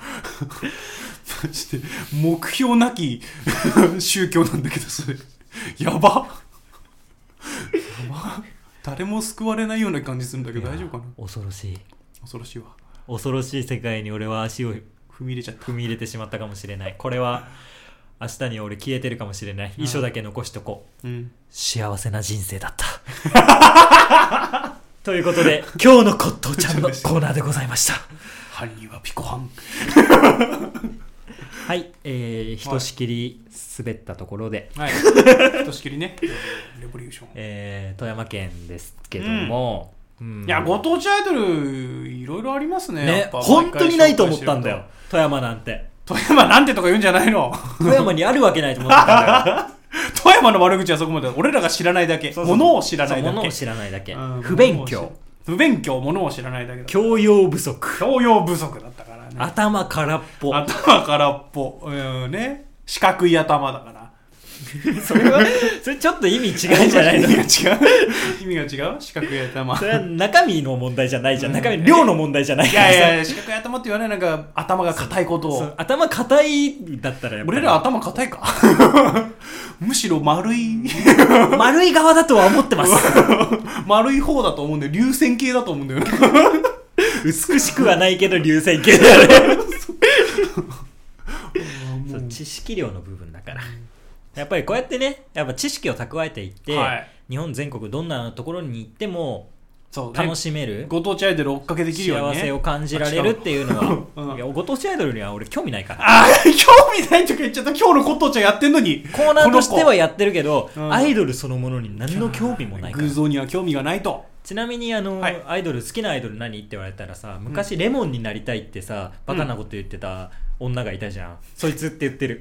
Speaker 2: マジで目標なき (laughs) 宗教なんだけどそれやばやば誰も救われないような感じするんだけど大丈夫かない
Speaker 1: や恐ろしい
Speaker 2: 恐ろしいわ
Speaker 1: 恐ろしい世界に俺は足を
Speaker 2: 踏み入れちゃった
Speaker 1: 踏み入れてしまったかもしれないこれは明日に俺消えてるかもしれない遺書だけ残しとこう
Speaker 2: うん
Speaker 1: 幸せな人生だった (laughs) ということで今日の骨董ちゃんのコーナーでございました
Speaker 2: 犯人はピコハン
Speaker 1: (laughs) はいえー、ひとしきり滑ったところで、
Speaker 2: はいひとしきりね (laughs) レボリューション
Speaker 1: えー、富山県ですけども、うん
Speaker 2: いやご当地アイドルいろいろありますねや
Speaker 1: ね
Speaker 2: っぱ
Speaker 1: 本当にないと思ったんだよ富山なんて
Speaker 2: 富山なんてとか言うんじゃないの (laughs)
Speaker 1: 富山にあるわけないと思ったんだよ
Speaker 2: 富山の悪口はそこまで俺らが知らないだけ
Speaker 1: そうそう
Speaker 2: 物を知らないだけ
Speaker 1: 物を知らないだけ
Speaker 2: うん
Speaker 1: 不勉強
Speaker 2: 不勉強物を知らないだけだ
Speaker 1: 教養不足
Speaker 2: 教養不足だったからね
Speaker 1: 頭空っぽ
Speaker 2: 頭空っぽうんね四角い頭だから
Speaker 1: (laughs) それはそれちょっと意味違うじゃないの
Speaker 2: (laughs) 意味が違う意味が違う四角い
Speaker 1: (laughs)
Speaker 2: 頭
Speaker 1: それは中身の問題じゃないじゃん
Speaker 2: うん
Speaker 1: 中身量の問題じゃない
Speaker 2: い
Speaker 1: から
Speaker 2: やいやい
Speaker 1: さ
Speaker 2: や四角い頭って言わないなんか頭が硬いこと
Speaker 1: (laughs) そ
Speaker 2: を
Speaker 1: う頭硬いだったらやっぱり
Speaker 2: 俺ら頭硬
Speaker 1: (laughs)
Speaker 2: いかむしろ丸い
Speaker 1: (laughs) 丸い側だとは思ってます (laughs)
Speaker 2: 丸い方だと思うんだよ流線形だと思うんだよね
Speaker 1: 美しくはないけど流線形だよね (laughs) そう知識量の部分だから、やっぱりこうやってねやっぱ知識を蓄えていって、
Speaker 2: はい
Speaker 1: 日本全国どんなところに行っても
Speaker 2: そうね
Speaker 1: 楽しめる
Speaker 2: ご当地アイドル追っかけできるよう
Speaker 1: 幸
Speaker 2: に
Speaker 1: せ
Speaker 2: ね
Speaker 1: を感じられるっていうの
Speaker 2: あ違う (laughs) う
Speaker 1: は
Speaker 2: ん
Speaker 1: いやご当地アイドルには俺興味ないから
Speaker 2: ああ興味ないとか言っちゃった今日のご当地はやってんのに
Speaker 1: コーナーとしてはやってるけど、
Speaker 2: うん
Speaker 1: アイドルそのものに何の興味もないから
Speaker 2: 偶像には興味がないと
Speaker 1: ちなみにあの、
Speaker 2: はい
Speaker 1: アイドル好きなアイドル何って言われたらさ昔レモンになりたいってさバカなこと言ってた女がいたじゃん、そいつって言って
Speaker 2: (laughs)
Speaker 1: る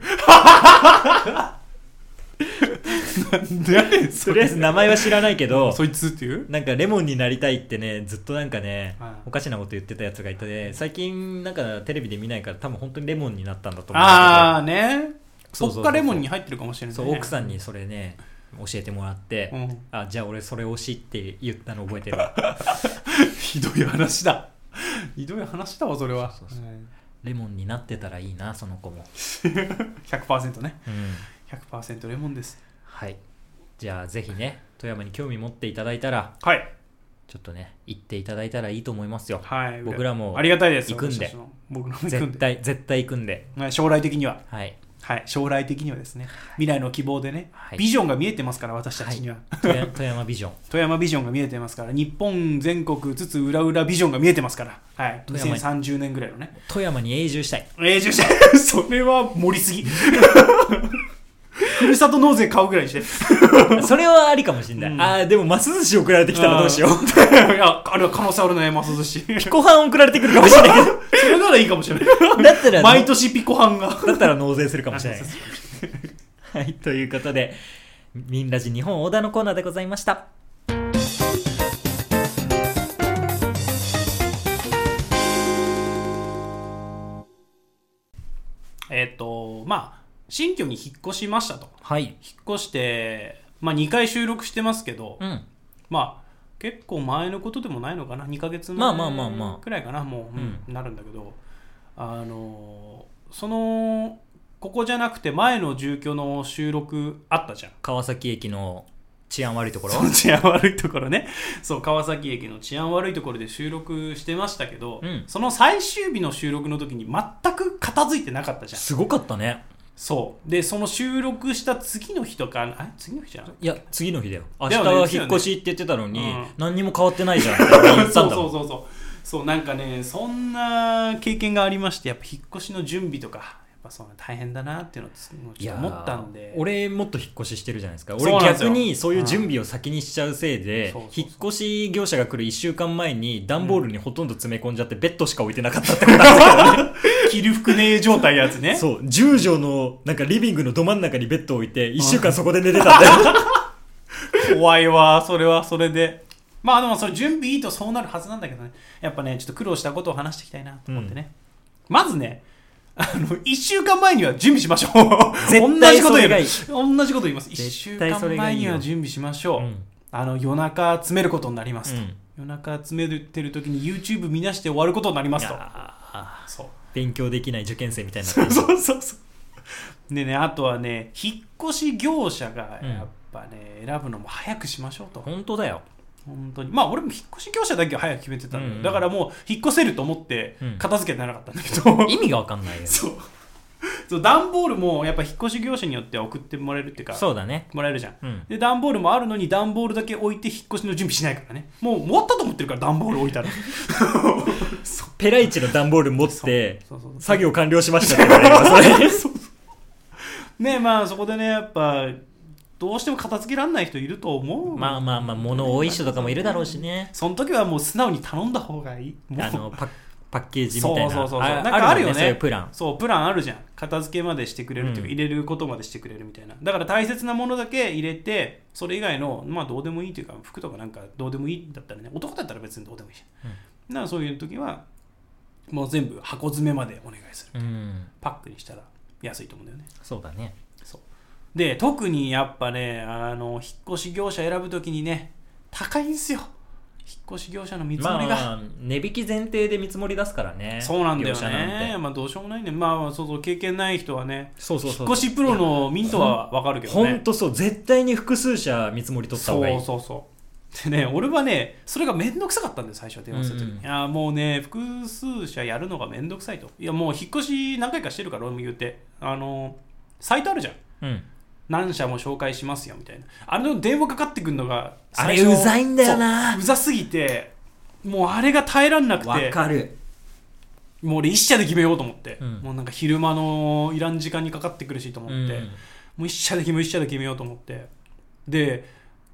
Speaker 1: とりあえず名前は知らないけど
Speaker 2: そいつっていう
Speaker 1: なんかレモンになりたいってねずっとなんかね、
Speaker 2: はい
Speaker 1: おかしなこと言ってたやつがいて最近なんかテレビで見ないから多分本当にレモンになったんだと思うん
Speaker 2: あ
Speaker 1: だ
Speaker 2: あね
Speaker 1: そうそうそうそう
Speaker 2: ポッカレモンに入ってるかもし
Speaker 1: け
Speaker 2: れない
Speaker 1: どそう奥さんにそれね教えてもらって、
Speaker 2: うん
Speaker 1: あじゃあ俺それ推しって言ったの覚えてる
Speaker 2: ひどい話だひどい話だわそれは
Speaker 1: そうそうそうレモンになってたらいいなその子も、
Speaker 2: 100%ね
Speaker 1: うん、
Speaker 2: 100%レモンです
Speaker 1: はいじゃあぜひね富山に興味持っていただいたら
Speaker 2: はい
Speaker 1: ちょっとね行っていただいたらいいと思いますよ
Speaker 2: はい
Speaker 1: 僕らも
Speaker 2: ありがたいです
Speaker 1: 行くんで
Speaker 2: 私たちも僕らも行くん
Speaker 1: 絶
Speaker 2: で
Speaker 1: 対絶対行くんで
Speaker 2: はい将来的には
Speaker 1: はい
Speaker 2: はい将来的にはですね未来の希望でね
Speaker 1: はい
Speaker 2: ビジョンが見えてますから私たちには
Speaker 1: 富山富山ビジョン
Speaker 2: 富山ビジョンが見えてますから日本全国津々浦々ビジョンが見えてますからはい
Speaker 1: 富山に
Speaker 2: 2030年ぐらいのね
Speaker 1: 富山に永住したい
Speaker 2: 永住者 (laughs) それは盛りすぎふるさと納税買うぐらいにして
Speaker 1: それはありかもしれない、
Speaker 2: うん
Speaker 1: ああでもます寿司送られてきたらどうしよう
Speaker 2: いやあれは可能性あるねます (laughs) 寿司そ
Speaker 1: 後半送られてくるかもしれないけ
Speaker 2: れならいいかもしれない
Speaker 1: どだったら
Speaker 2: 毎年ピコハンが
Speaker 1: だったら納税するかもしれない
Speaker 2: あそう
Speaker 1: はいということでみんラジ日本オーダーのコーナーでございました
Speaker 2: えっとまあ新居に引っ越しましたと
Speaker 1: はい
Speaker 2: 引っ越して、まあ、2回収録してますけど、
Speaker 1: うん
Speaker 2: まあ結構前のことでもないのかな2ヶ月
Speaker 1: まあまあまあま
Speaker 2: 前
Speaker 1: あ
Speaker 2: くらいかなもう、うんなるんだけどあのーそのここじゃなくて前の住居の収録あったじゃん
Speaker 1: 川崎駅の治安悪いところ
Speaker 2: そう治安悪いところねそう川崎駅の治安悪いところで収録してましたけど、
Speaker 1: うん
Speaker 2: その最終日の収録の時に全く片付いてなかったじゃん
Speaker 1: すごかったね
Speaker 2: そうでその収録した次の日とかあ次の日じゃん
Speaker 1: いや次の日だよ明
Speaker 2: だ
Speaker 1: 日
Speaker 2: よね
Speaker 1: は引っ越しって言ってたのに、
Speaker 2: うん
Speaker 1: 何にも変わって
Speaker 2: (laughs)
Speaker 1: ないじゃんって言った
Speaker 2: そ
Speaker 1: ん
Speaker 2: う
Speaker 1: だ
Speaker 2: そ
Speaker 1: も
Speaker 2: うんそうそうそうなんかねそんな経験がありましてやっぱ引っ越しの準備とかやっぱそんな大変だなっていうのをつちょっと思ったん
Speaker 1: いや
Speaker 2: で
Speaker 1: ー俺もっと引っ越ししてるじゃないですか
Speaker 2: そう
Speaker 1: 俺
Speaker 2: なんですよ
Speaker 1: 逆にそういう準備を先にしちゃうせいで、
Speaker 2: うんそうそうそう
Speaker 1: 引っ越し業者が来る1週間前に段ボールにほとんど詰め込んじゃってベッドしか置いてなかったってことなんですけどね
Speaker 2: (laughs) 着る服 (laughs) ねえ状態やつね
Speaker 1: そう10畳のなんかリビングのど真ん中にベッドを置いて1週間そこで寝てたんだよ
Speaker 2: 怖いわそれはそれでまあでもそれ準備いいとそうなるはずなんだけどねやっぱねちょっと苦労したことを話していきたいなと思ってね、まずねあの1週間前には準備しましょう
Speaker 1: 絶
Speaker 2: (laughs) 同
Speaker 1: 対
Speaker 2: じこと
Speaker 1: そ
Speaker 2: 言
Speaker 1: れが
Speaker 2: う
Speaker 1: いい
Speaker 2: 同じこと言います1週
Speaker 1: 絶対
Speaker 2: 間
Speaker 1: それが
Speaker 2: 前
Speaker 1: いい
Speaker 2: に
Speaker 1: よ
Speaker 2: は準備しま (laughs) しょう、
Speaker 1: うん
Speaker 2: あの夜中詰めることになりますと、
Speaker 1: うん
Speaker 2: 夜中詰めてる時に YouTube 見出して終わることになりま
Speaker 1: い
Speaker 2: すと
Speaker 1: やー
Speaker 2: そう
Speaker 1: 勉強できない受験生みたいになってる
Speaker 2: (laughs) そうそうそう。でね、あとはね、引っ越し業者が
Speaker 1: うん
Speaker 2: やっぱね、選ぶのも早くしましょうと。
Speaker 1: 本当だよ
Speaker 2: 本当に。まあ、俺も引っ越し業者だけは早く決めてたのよ、
Speaker 1: うんうん
Speaker 2: だからもう、引っ越せると思って
Speaker 1: うん、
Speaker 2: 片付けてなかった
Speaker 1: (laughs)
Speaker 2: んだけど。
Speaker 1: 意味が分かんないよ
Speaker 2: そう。そう、段ボールもやっぱ引っ越し業者によっては送ってもらえるっていうか、
Speaker 1: そうだね
Speaker 2: もらえるじゃん。
Speaker 1: うん
Speaker 2: で、段ボールもあるのに、段ボールだけ置いて引っ越しの準備しないからね。もう、持ったと思ってるから、段ボール置
Speaker 1: (laughs)
Speaker 2: いたら。
Speaker 1: ペライチの段ボール持って
Speaker 2: そうそうそう
Speaker 1: 作業完了しましたって言われる (laughs) わそれ
Speaker 2: ねまあ、そこでね、やっぱ、どうしても片付けられない人いると思う。
Speaker 1: まあまあまあ物多い人とかもいるだろうしね
Speaker 2: その時はもう素直に頼んだ方がいい。もう
Speaker 1: あのパッパッケージみ
Speaker 2: そう
Speaker 1: たいな
Speaker 2: そうそうそう。
Speaker 1: あ
Speaker 2: なんかあるよね。
Speaker 1: そういうプラン
Speaker 2: そう、プランあるじゃん。片付けまでしてくれるっていうか、
Speaker 1: うん
Speaker 2: 入れることまでしてくれるみたいな。だから大切なものだけ入れて、それ以外の、まあどうでもいいというか、服とかなんかどうでもいいんだったらね、男だったら別にどうでもいいじゃん。
Speaker 1: うん
Speaker 2: だからそういう時は、もう全部箱詰めまでお願いする。
Speaker 1: うん
Speaker 2: パックにしたら安いと思うんだよね。
Speaker 1: そうだね
Speaker 2: そう。で、特にやっぱね、あの、引っ越し業者選ぶ時にね、高いんですよ。引っ越し業者の見積もりが。
Speaker 1: まあ値引き前提で見積もり出すからね
Speaker 2: そうなんだよ
Speaker 1: 業者な
Speaker 2: ね。
Speaker 1: んて
Speaker 2: まあどうしようもないね。まあそうそう、経験ない人はね、
Speaker 1: そうそう
Speaker 2: 引
Speaker 1: そう
Speaker 2: っ越しプロのミントはわかるけど
Speaker 1: 本
Speaker 2: ね。
Speaker 1: 当そう絶対に複数社見積もり取った方
Speaker 2: そ
Speaker 1: がいうい
Speaker 2: そうそう。でね、俺はね、それがめんどくさかったんで、最初は電話するときに。
Speaker 1: うんうん
Speaker 2: いや、もうね、複数社やるのがめんどくさいと。いや、もう引っ越し何回かしてるから、俺も言って。あの、サイトあるじゃん。
Speaker 1: うん
Speaker 2: 何社も紹介しますよみたいなあれの電話かかってくるのが
Speaker 1: あ
Speaker 2: 最
Speaker 1: れ
Speaker 2: 初
Speaker 1: うざいんだよな
Speaker 2: そううざすぎてもうあれが耐えらんなく
Speaker 1: わ
Speaker 2: て
Speaker 1: かる
Speaker 2: もう俺一社で決めようと思って、
Speaker 1: うん
Speaker 2: もうなんか昼間のいらん時間にかかってくるしと思って、
Speaker 1: うん
Speaker 2: もう一社で決めよう一社で決めようと思ってで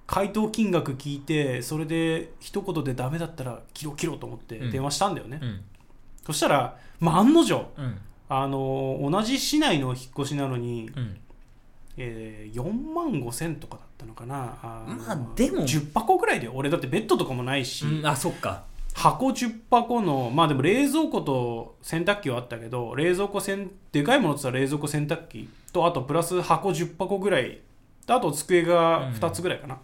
Speaker 2: 回答金額聞いてそれで一言でダメだったら切ろう切ろうと思って
Speaker 1: うん
Speaker 2: 電話したんだよね、
Speaker 1: うん
Speaker 2: そしたら、まあ、案の定
Speaker 1: うん
Speaker 2: あの同じ市内の引っ越しなのに、
Speaker 1: うん
Speaker 2: えー4万5千とかだったのかなあの
Speaker 1: まあでも
Speaker 2: 10箱ぐらいで俺だってベッドとかもないし、
Speaker 1: うんあそっか
Speaker 2: 箱10箱のまあでも冷蔵庫と洗濯機はあったけど冷蔵庫せんでかいものって言ったら冷蔵庫洗濯機とあとプラス箱10箱ぐらいとあと机が2つぐらいかな、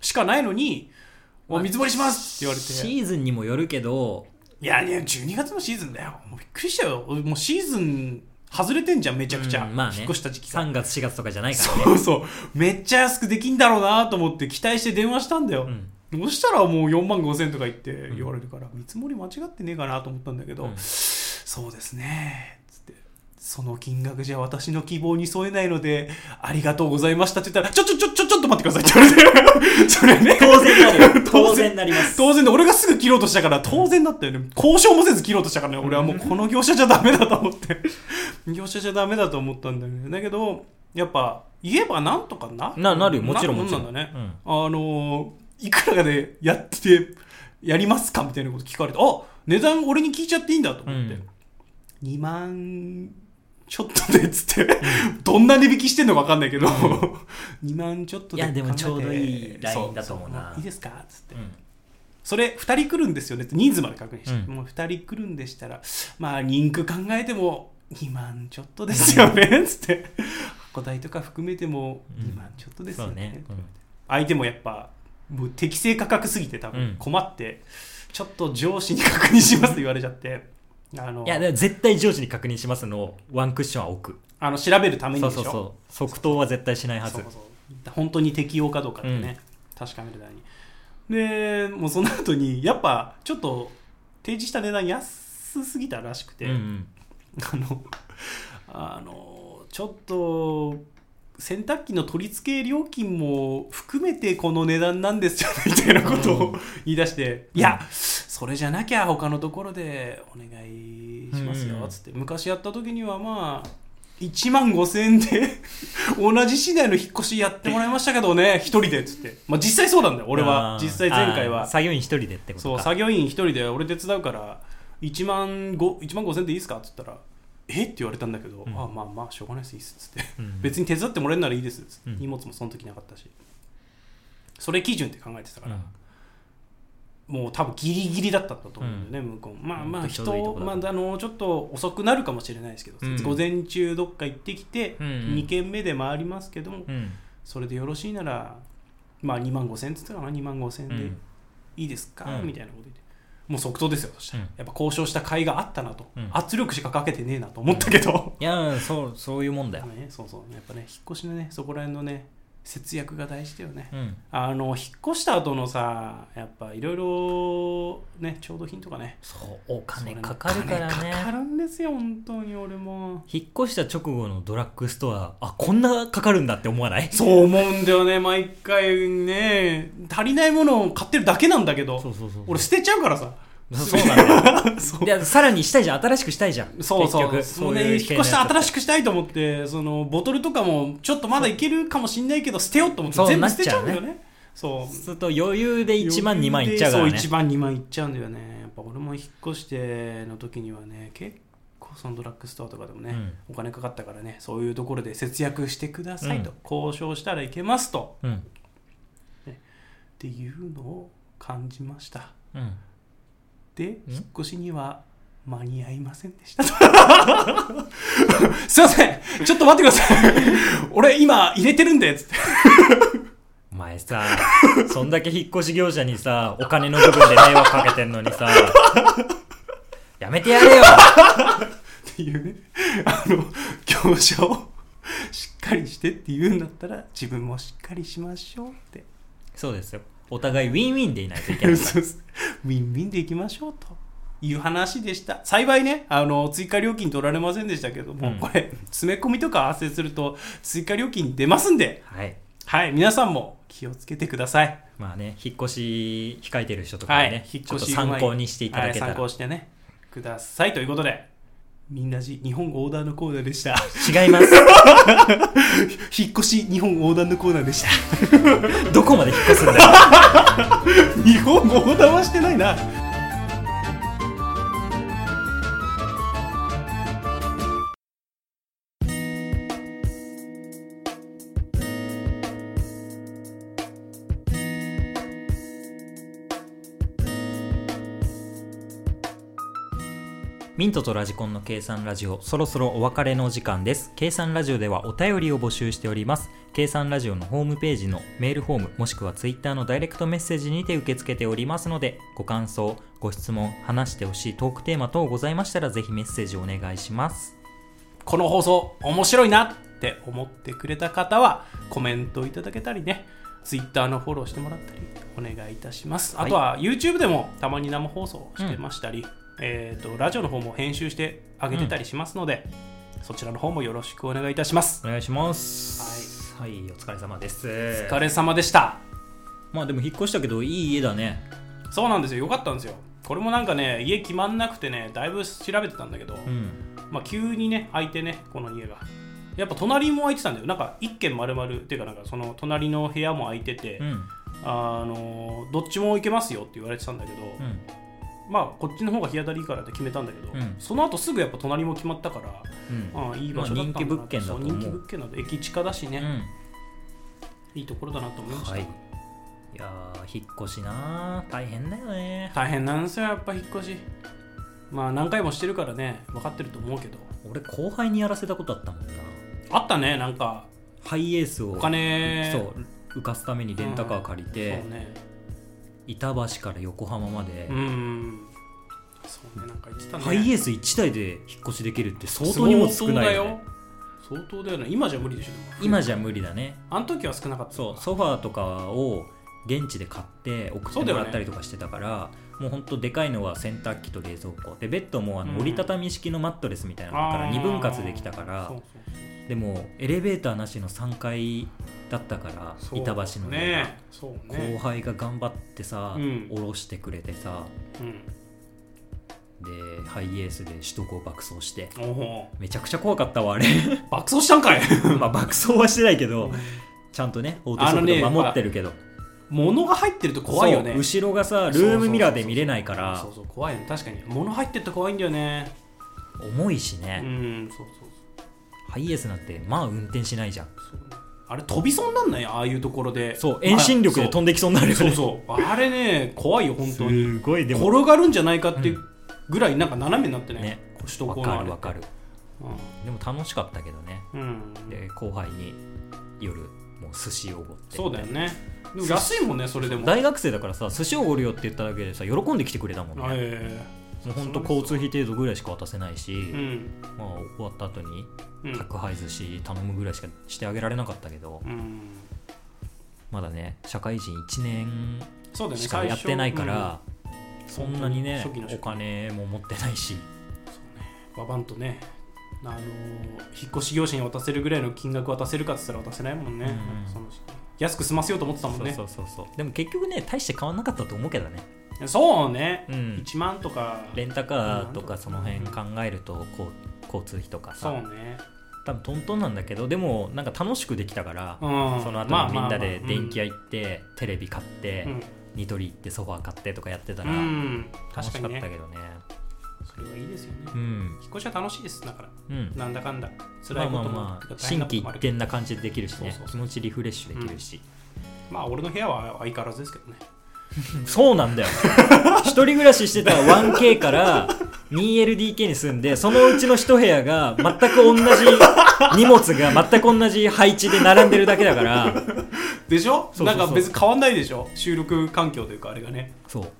Speaker 2: しかないのに「お見積もりします!」って言われて
Speaker 1: シーズンにもよるけど
Speaker 2: いやいや12月のシーズンだよもうびっくりしたよ俺もうシーズン外れてんじゃんめちゃくちゃ、
Speaker 1: うんまあね
Speaker 2: 引っ越した時期が
Speaker 1: 3月4月とかじゃないからね
Speaker 2: そうそうめっちゃ安くできんだろうなと思って期待して電話したんだよ、
Speaker 1: うん
Speaker 2: そしたらもう4万5千とか言って
Speaker 1: ん
Speaker 2: 言われるから、見積もり間違ってねえかなと思ったんだけど、
Speaker 1: うん
Speaker 2: そうですねつってその金額じゃ私の希望に添えないのでありがとうございましたって言ったらちょちょちょちょちょっと待ってくださいって言わ
Speaker 1: (laughs)
Speaker 2: れてそれね
Speaker 1: 当然な
Speaker 2: (laughs)
Speaker 1: るよ当
Speaker 2: 当
Speaker 1: 然
Speaker 2: 然
Speaker 1: なります
Speaker 2: 当然で俺がすぐ切ろうとしたから当然だったよね交渉もせず切ろうとしたからね俺はもうこの業者じゃダメだと思って業者じゃダメだと思ったんだよねだけどやっぱ言えばなんとかな
Speaker 1: ななるよもちろん
Speaker 2: な
Speaker 1: もちろん
Speaker 2: なんだね、
Speaker 1: うん
Speaker 2: あのーいくらでやってやりますかみたいなこと聞かれてあ値段俺に聞いちゃっていいんだと思って、
Speaker 1: うん
Speaker 2: 2万ちょっとでっつって、どんな値引きしてんのか分かんないけ (laughs) ど、2万ちょっとで
Speaker 1: いやでもちょうどいい
Speaker 2: 考えて
Speaker 1: ラインだと思うな
Speaker 2: そいいですかっつって、
Speaker 1: うん
Speaker 2: それ2人来るんですよねって人数まで確認して、
Speaker 1: うん
Speaker 2: もう2人来るんでしたらまあ人数考えても2万ちょっとですよねつって箱代とか含めても
Speaker 1: うん
Speaker 2: 2万ちょっとです
Speaker 1: そ
Speaker 2: よ
Speaker 1: う
Speaker 2: ね,、
Speaker 1: ねうん
Speaker 2: 相手もやっぱもう適正価格すぎて多
Speaker 1: うん
Speaker 2: 分困って、ちょっと上司に確認しますって言われちゃってあの
Speaker 1: いやだから絶対上司に確認しますのをワンクッションは置く
Speaker 2: あの調べるために
Speaker 1: そ
Speaker 2: で
Speaker 1: うそ
Speaker 2: しょ
Speaker 1: うそう即答は絶対しないはず
Speaker 2: そうそう本当に適用かどうかってね、確かめるためにでもうその後にやっぱちょっと提示した値段安すぎたらしくて、
Speaker 1: うんうん
Speaker 2: (laughs) あのあのちょっと洗濯機の取り付け料金も含めてこの値段なんですよねみたいなことを
Speaker 1: うん
Speaker 2: 言い出して、
Speaker 1: うん
Speaker 2: いやそれじゃなきゃ他のところでお願いしますよ
Speaker 1: うん
Speaker 2: つって、昔やった時にはまあ1万5千円で同じ市内の引っ越しやってもらいましたけどね一人でっつって、まあ、実際そうなんだよ俺は
Speaker 1: あー
Speaker 2: 実際前回
Speaker 1: あー
Speaker 2: は
Speaker 1: 作業員一人でってこと
Speaker 2: そう
Speaker 1: か
Speaker 2: 作業員一人で俺手伝うから1万 ,5 1万5千でいいですかって言ったらえって言われたんだけど、
Speaker 1: ん
Speaker 2: あまあまあしょうがないですいいっすっつって、
Speaker 1: うん
Speaker 2: 別に手伝ってもらえるならいいですっつって、
Speaker 1: うん
Speaker 2: 荷物もその時なかったしそれ基準って考えてたから、もう多分ギリギリだったんだと思うんだよね、向こうまあま
Speaker 1: う
Speaker 2: あ
Speaker 1: んちょ
Speaker 2: 人
Speaker 1: うどいいとこだ
Speaker 2: まあ、あのちょっと遅くなるかもしれないですけど、
Speaker 1: うん
Speaker 2: 午前中どっか行ってきて、
Speaker 1: うんうん
Speaker 2: 2軒目で回りますけども、
Speaker 1: うんうん
Speaker 2: それでよろしいならまあ2万5千っつったかな2万5千
Speaker 1: う
Speaker 2: で、
Speaker 1: ん
Speaker 2: いいですか、
Speaker 1: うん
Speaker 2: みたいなこと言ってもう即答ですよそしたら、
Speaker 1: うん
Speaker 2: やっぱ交渉した甲斐があったなと、
Speaker 1: うん
Speaker 2: 圧力しかかけてねえなと思ったけど、
Speaker 1: いやそうそういうもんだよ
Speaker 2: (laughs) ね、そうそうやっぱね引っ越しのねそこら辺のね節約が大事だよね、
Speaker 1: うん
Speaker 2: あの引っ越した後のさやっぱいろいろね調度品とかね
Speaker 1: そうお金かかるから
Speaker 2: それねかか
Speaker 1: ね
Speaker 2: るんですよ本当に俺も
Speaker 1: 引っ越した直後のドラッグストアあこんなかかるんだって思わない
Speaker 2: そう思うんだよね毎回ね足りないものを買ってるだけなんだけど
Speaker 1: そうそうそう
Speaker 2: 俺捨てちゃうからさ
Speaker 1: そうなんだよ
Speaker 2: (laughs)
Speaker 1: でさらにしたいじゃん新しくしたいじゃん
Speaker 2: そうそう
Speaker 1: 結局
Speaker 2: もうね引っ越して新しくしたいと思ってそのボトルとかもちょっとまだいけるかもしんないけど捨てようと思って
Speaker 1: そう
Speaker 2: 全
Speaker 1: な
Speaker 2: 部
Speaker 1: っ
Speaker 2: 捨て
Speaker 1: ち
Speaker 2: ち
Speaker 1: ゃ
Speaker 2: ゃ
Speaker 1: う
Speaker 2: うん
Speaker 1: ね
Speaker 2: だよねそう
Speaker 1: すると余裕で1万2万いっちゃうから
Speaker 2: そう
Speaker 1: ね
Speaker 2: 1万2万いっちゃうんだよねやっぱ俺も引っ越しての時にはね結構そのドラッグストアとかでもね、お金かかったからねそういうところで節約してくださいと、交渉したらいけますと
Speaker 1: うんうん
Speaker 2: っていうのを感じました
Speaker 1: うん
Speaker 2: で引っ越しには間に合いませんでした (laughs) すいませんちょっと待ってください俺今入れてるんでつって
Speaker 1: お前さ (laughs) そんだけ引っ越し業者にさお金の部分で迷惑かけてんのにさやめてやれよ
Speaker 2: っていうねあの業者をしっかりしてって言うんだったら自分もしっかりしましょうって
Speaker 1: そうですよお互いウィンウィンでいないといけ
Speaker 2: そう
Speaker 1: ない
Speaker 2: そうウィンウィンでいきましょうという話でした幸いねあの追加料金取られませんでしたけども、
Speaker 1: うん
Speaker 2: これ詰め込みとか発生すると追加料金出ますんで
Speaker 1: はい
Speaker 2: はい皆さんも気をつけてください
Speaker 1: まあね引っ越し控えてる人とか
Speaker 2: は
Speaker 1: に
Speaker 2: い、
Speaker 1: ね、
Speaker 2: 引っ
Speaker 1: ちょっ
Speaker 2: 越
Speaker 1: と
Speaker 2: し
Speaker 1: 参考にしていただけた
Speaker 2: はい
Speaker 1: ら、
Speaker 2: 参考してねくださいということでみんなじ日本横断のコーナーでした (laughs)
Speaker 1: 違います
Speaker 2: 引っ越し日本横断のコーナーでした (laughs)
Speaker 1: どこまで引っ越すんだよ
Speaker 2: 日本横断はしてないな
Speaker 1: ミントとラジコンの計算ラジオそろそろお別れの時間です計算ラジオではお便りを募集しております計算ラジオのホームページのメールフォームもしくはツイッターのダイレクトメッセージにて受け付けておりますのでご感想ご質問話してほしいトークテーマ等ございましたらぜひメッセージお願いします
Speaker 2: この放送面白いなって思ってくれた方はコメントいただけたりねツイッターのフォローしてもらったりお願いいたします、
Speaker 1: はい
Speaker 2: あとは YouTube でもたまに生放送してましたり、えー、とラジオの方も編集してあげてたりしますので、そちらの方もよろしくお願いいたします
Speaker 1: お願いしますはい、お疲れ様です
Speaker 2: お疲れ様でした
Speaker 1: まあでも引っ越したけどいい家だね
Speaker 2: そうなんですよよかったんですよこれもなんかね家決まんなくてねだいぶ調べてたんだけど、
Speaker 1: うん
Speaker 2: まあ、急にね空いてねこの家がやっぱ隣も空いてたんだよなんか一軒丸々っていうかなんかその隣の部屋も空いてて、
Speaker 1: うん
Speaker 2: あのどっちも行けますよって言われてたんだけど、
Speaker 1: うん
Speaker 2: まあこっちの方が日当たりいいからって決めたんだけど、
Speaker 1: うん
Speaker 2: その後すぐやっぱ隣も決まったから、
Speaker 1: うん
Speaker 2: ああいい場所だったんだな
Speaker 1: まあ人気物件だと思う
Speaker 2: そ人気物件だと駅近だし
Speaker 1: う
Speaker 2: ね、
Speaker 1: ん
Speaker 2: いいところだなと思いました、
Speaker 1: はい。いやー、引っ越しなー、大変だよね。
Speaker 2: 大変なんですよやっぱ引っ越しまあ何回もしてるからね分かってると思うけど
Speaker 1: 俺、後輩にやらせたことあったもんな。
Speaker 2: あったねなんか
Speaker 1: ハイエースを
Speaker 2: お金
Speaker 1: そう浮かすためにレンタカー借りて、
Speaker 2: そうね
Speaker 1: 板橋から横浜まで
Speaker 2: う、んそうねなんか言ってたね
Speaker 1: ハイエース1台で引っ越しできるって相当にも少ないよ,、ね、
Speaker 2: 相当だよ相当だよね今じゃ無理でしょ
Speaker 1: 今
Speaker 2: じ
Speaker 1: じゃ無理だね。
Speaker 2: ゃあの時は少なかった
Speaker 1: そう、ソファーとかを現地で買って送ってもらったりとかしてたから、もうほんとでかいのは洗濯機と冷蔵庫でベッドもあの
Speaker 2: うん
Speaker 1: 折りたたみ式のマットレスみたいなのだから
Speaker 2: あー
Speaker 1: 2分割できたから
Speaker 2: そうそうそう
Speaker 1: でもエレベーターなしの3階だったから
Speaker 2: そう
Speaker 1: 板橋の家が
Speaker 2: ねそう
Speaker 1: 後
Speaker 2: ね、
Speaker 1: 輩が頑張ってさ、
Speaker 2: うん
Speaker 1: 下ろしてくれてさ
Speaker 2: うん、
Speaker 1: でハイエースで首都高爆走して
Speaker 2: おお
Speaker 1: めちゃくちゃ怖かったわあれ (laughs)
Speaker 2: 爆走したんかい (laughs)
Speaker 1: まあ爆走はしてないけどちゃんとねオート速度守ってるけど、
Speaker 2: 物が入ってると怖いよね
Speaker 1: そう後ろがさルームミラーで見れないか
Speaker 2: そ
Speaker 1: ら
Speaker 2: うそう怖いね確かに物入ってると怖いんだよね
Speaker 1: 重いし
Speaker 2: う
Speaker 1: ね、
Speaker 2: んそうそう
Speaker 1: ハイエースなんてまあ運転しないじゃん
Speaker 2: そうそうあれ飛びそうになんないああいうところで
Speaker 1: そう遠心力で飛んできそうになるよ
Speaker 2: そう
Speaker 1: ね
Speaker 2: そうそうあれね怖いよ本当に
Speaker 1: すごいでも
Speaker 2: 転がるんじゃないかって
Speaker 1: うん
Speaker 2: ぐらいなんか斜めになってね
Speaker 1: ね
Speaker 2: 首都
Speaker 1: わ
Speaker 2: 高
Speaker 1: か
Speaker 2: の
Speaker 1: るわかるでも楽しかったけどね
Speaker 2: うん、うん
Speaker 1: で後輩に夜もう寿司をおごって
Speaker 2: そうだよねでも安いもんねそれでも
Speaker 1: 大学生だからさ寿司おごるよって言っただけでさ喜んで来てくれたもんね、
Speaker 2: ええ
Speaker 1: もうほんと交通費程度ぐらいしか渡せないし、
Speaker 2: うん
Speaker 1: まあ、終わった後に
Speaker 2: うん
Speaker 1: 宅配寿司頼むぐらいしかしてあげられなかったけど、
Speaker 2: うん
Speaker 1: まだね社会人1年
Speaker 2: そうだよね
Speaker 1: しかやってないから、そんなにね
Speaker 2: 初期の初
Speaker 1: お
Speaker 2: 期
Speaker 1: 金も持ってないし
Speaker 2: ババンとねあのー引っ越し業者に渡せるぐらいの金額渡せるかって言ったら渡せないもんね、
Speaker 1: うん
Speaker 2: その時期安く済ませようと思ってたもんねそ
Speaker 1: そううそうそうそうでも結局ね大して変わんなかったと思うけどね、う
Speaker 2: ね、
Speaker 1: ん、
Speaker 2: 1万とか
Speaker 1: レンタカーとかその辺考えるとこう交通費とか
Speaker 2: そ
Speaker 1: さ、
Speaker 2: うね、
Speaker 1: 多分トントンなんだけどでもなんか楽しくできたから、
Speaker 2: うん、
Speaker 1: その後
Speaker 2: まあまあまあ
Speaker 1: みんなで電気屋
Speaker 2: う
Speaker 1: 行って、テレビ買って、
Speaker 2: ん
Speaker 1: ニトリ行ってソファー買ってとかやってた
Speaker 2: う
Speaker 1: ら
Speaker 2: ん、
Speaker 1: 楽
Speaker 2: 確
Speaker 1: し
Speaker 2: か
Speaker 1: か
Speaker 2: に
Speaker 1: った
Speaker 2: ね
Speaker 1: けどね
Speaker 2: それはいいですよね、
Speaker 1: うん
Speaker 2: 引っ越しは楽しいですだから
Speaker 1: うん
Speaker 2: なんだかんだ
Speaker 1: ま
Speaker 2: 辛い
Speaker 1: あ
Speaker 2: こ
Speaker 1: まあ
Speaker 2: とも
Speaker 1: ま
Speaker 2: と
Speaker 1: あ
Speaker 2: か大
Speaker 1: 心
Speaker 2: 変なこ
Speaker 1: 機
Speaker 2: ともあ
Speaker 1: 一
Speaker 2: るけ
Speaker 1: 転
Speaker 2: ど
Speaker 1: な感じでできるしね
Speaker 2: そうそうそう
Speaker 1: 気持ちリフレッシュできるし、
Speaker 2: まあ俺の部屋は相変わらずですけどね
Speaker 1: そうなん
Speaker 2: (laughs)
Speaker 1: だよ一人暮らししてた 1K から 2LDK に住んでそのうちの一部屋が全く同じ荷物が全く同じ配置で並んでるだけだ
Speaker 2: (laughs)
Speaker 1: から
Speaker 2: でしょ
Speaker 1: そうそうそう
Speaker 2: なんか別に変わんないでしょ収録環境というかあれがね
Speaker 1: そう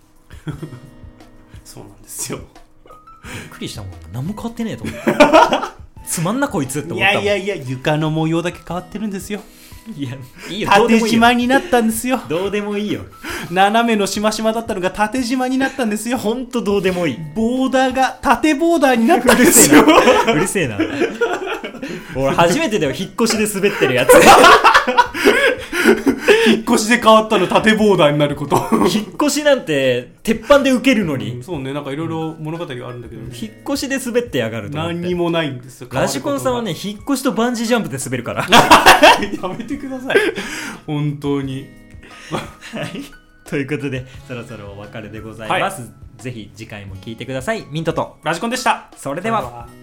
Speaker 2: そうなんですよ
Speaker 1: びっくりしたもんな何も変わってねえと思って
Speaker 2: (laughs)
Speaker 1: つまんなこいつって思
Speaker 2: い
Speaker 1: ったも
Speaker 2: や
Speaker 1: ん
Speaker 2: いやいや床の模様だけ変わってるんですよ
Speaker 1: いやいいよどうでも
Speaker 2: 縦
Speaker 1: いい
Speaker 2: じ
Speaker 1: よ
Speaker 2: まになったんですよ
Speaker 1: どうでもいいよ
Speaker 2: (laughs) 斜めのしましまだったのが縦縞になったんですよ
Speaker 1: ほんとどうでもいい
Speaker 2: ボーダーが縦ボーダーになったんですよ
Speaker 1: うるせえな (laughs) 俺初めてだよ引っ越しで滑ってるやつ
Speaker 2: (laughs) 引っ越しで変わったの縦ボーダーになる (laughs) こと
Speaker 1: 引っ越しなんて鉄板で受けるのに
Speaker 2: そうねなんかいろいろ物語があるんだけど、
Speaker 1: 引っ越しで滑ってやがると思って
Speaker 2: 何にもないんですよ
Speaker 1: ラジコンさんはね引っ越しとバンジージャンプで滑るから
Speaker 2: 変わることが (laughs) やめてください本当に
Speaker 1: ということでそろそろお別れでございます、ぜひ次回も聞いてくださいミントと
Speaker 2: ラジコンでした
Speaker 1: それでは
Speaker 2: それでは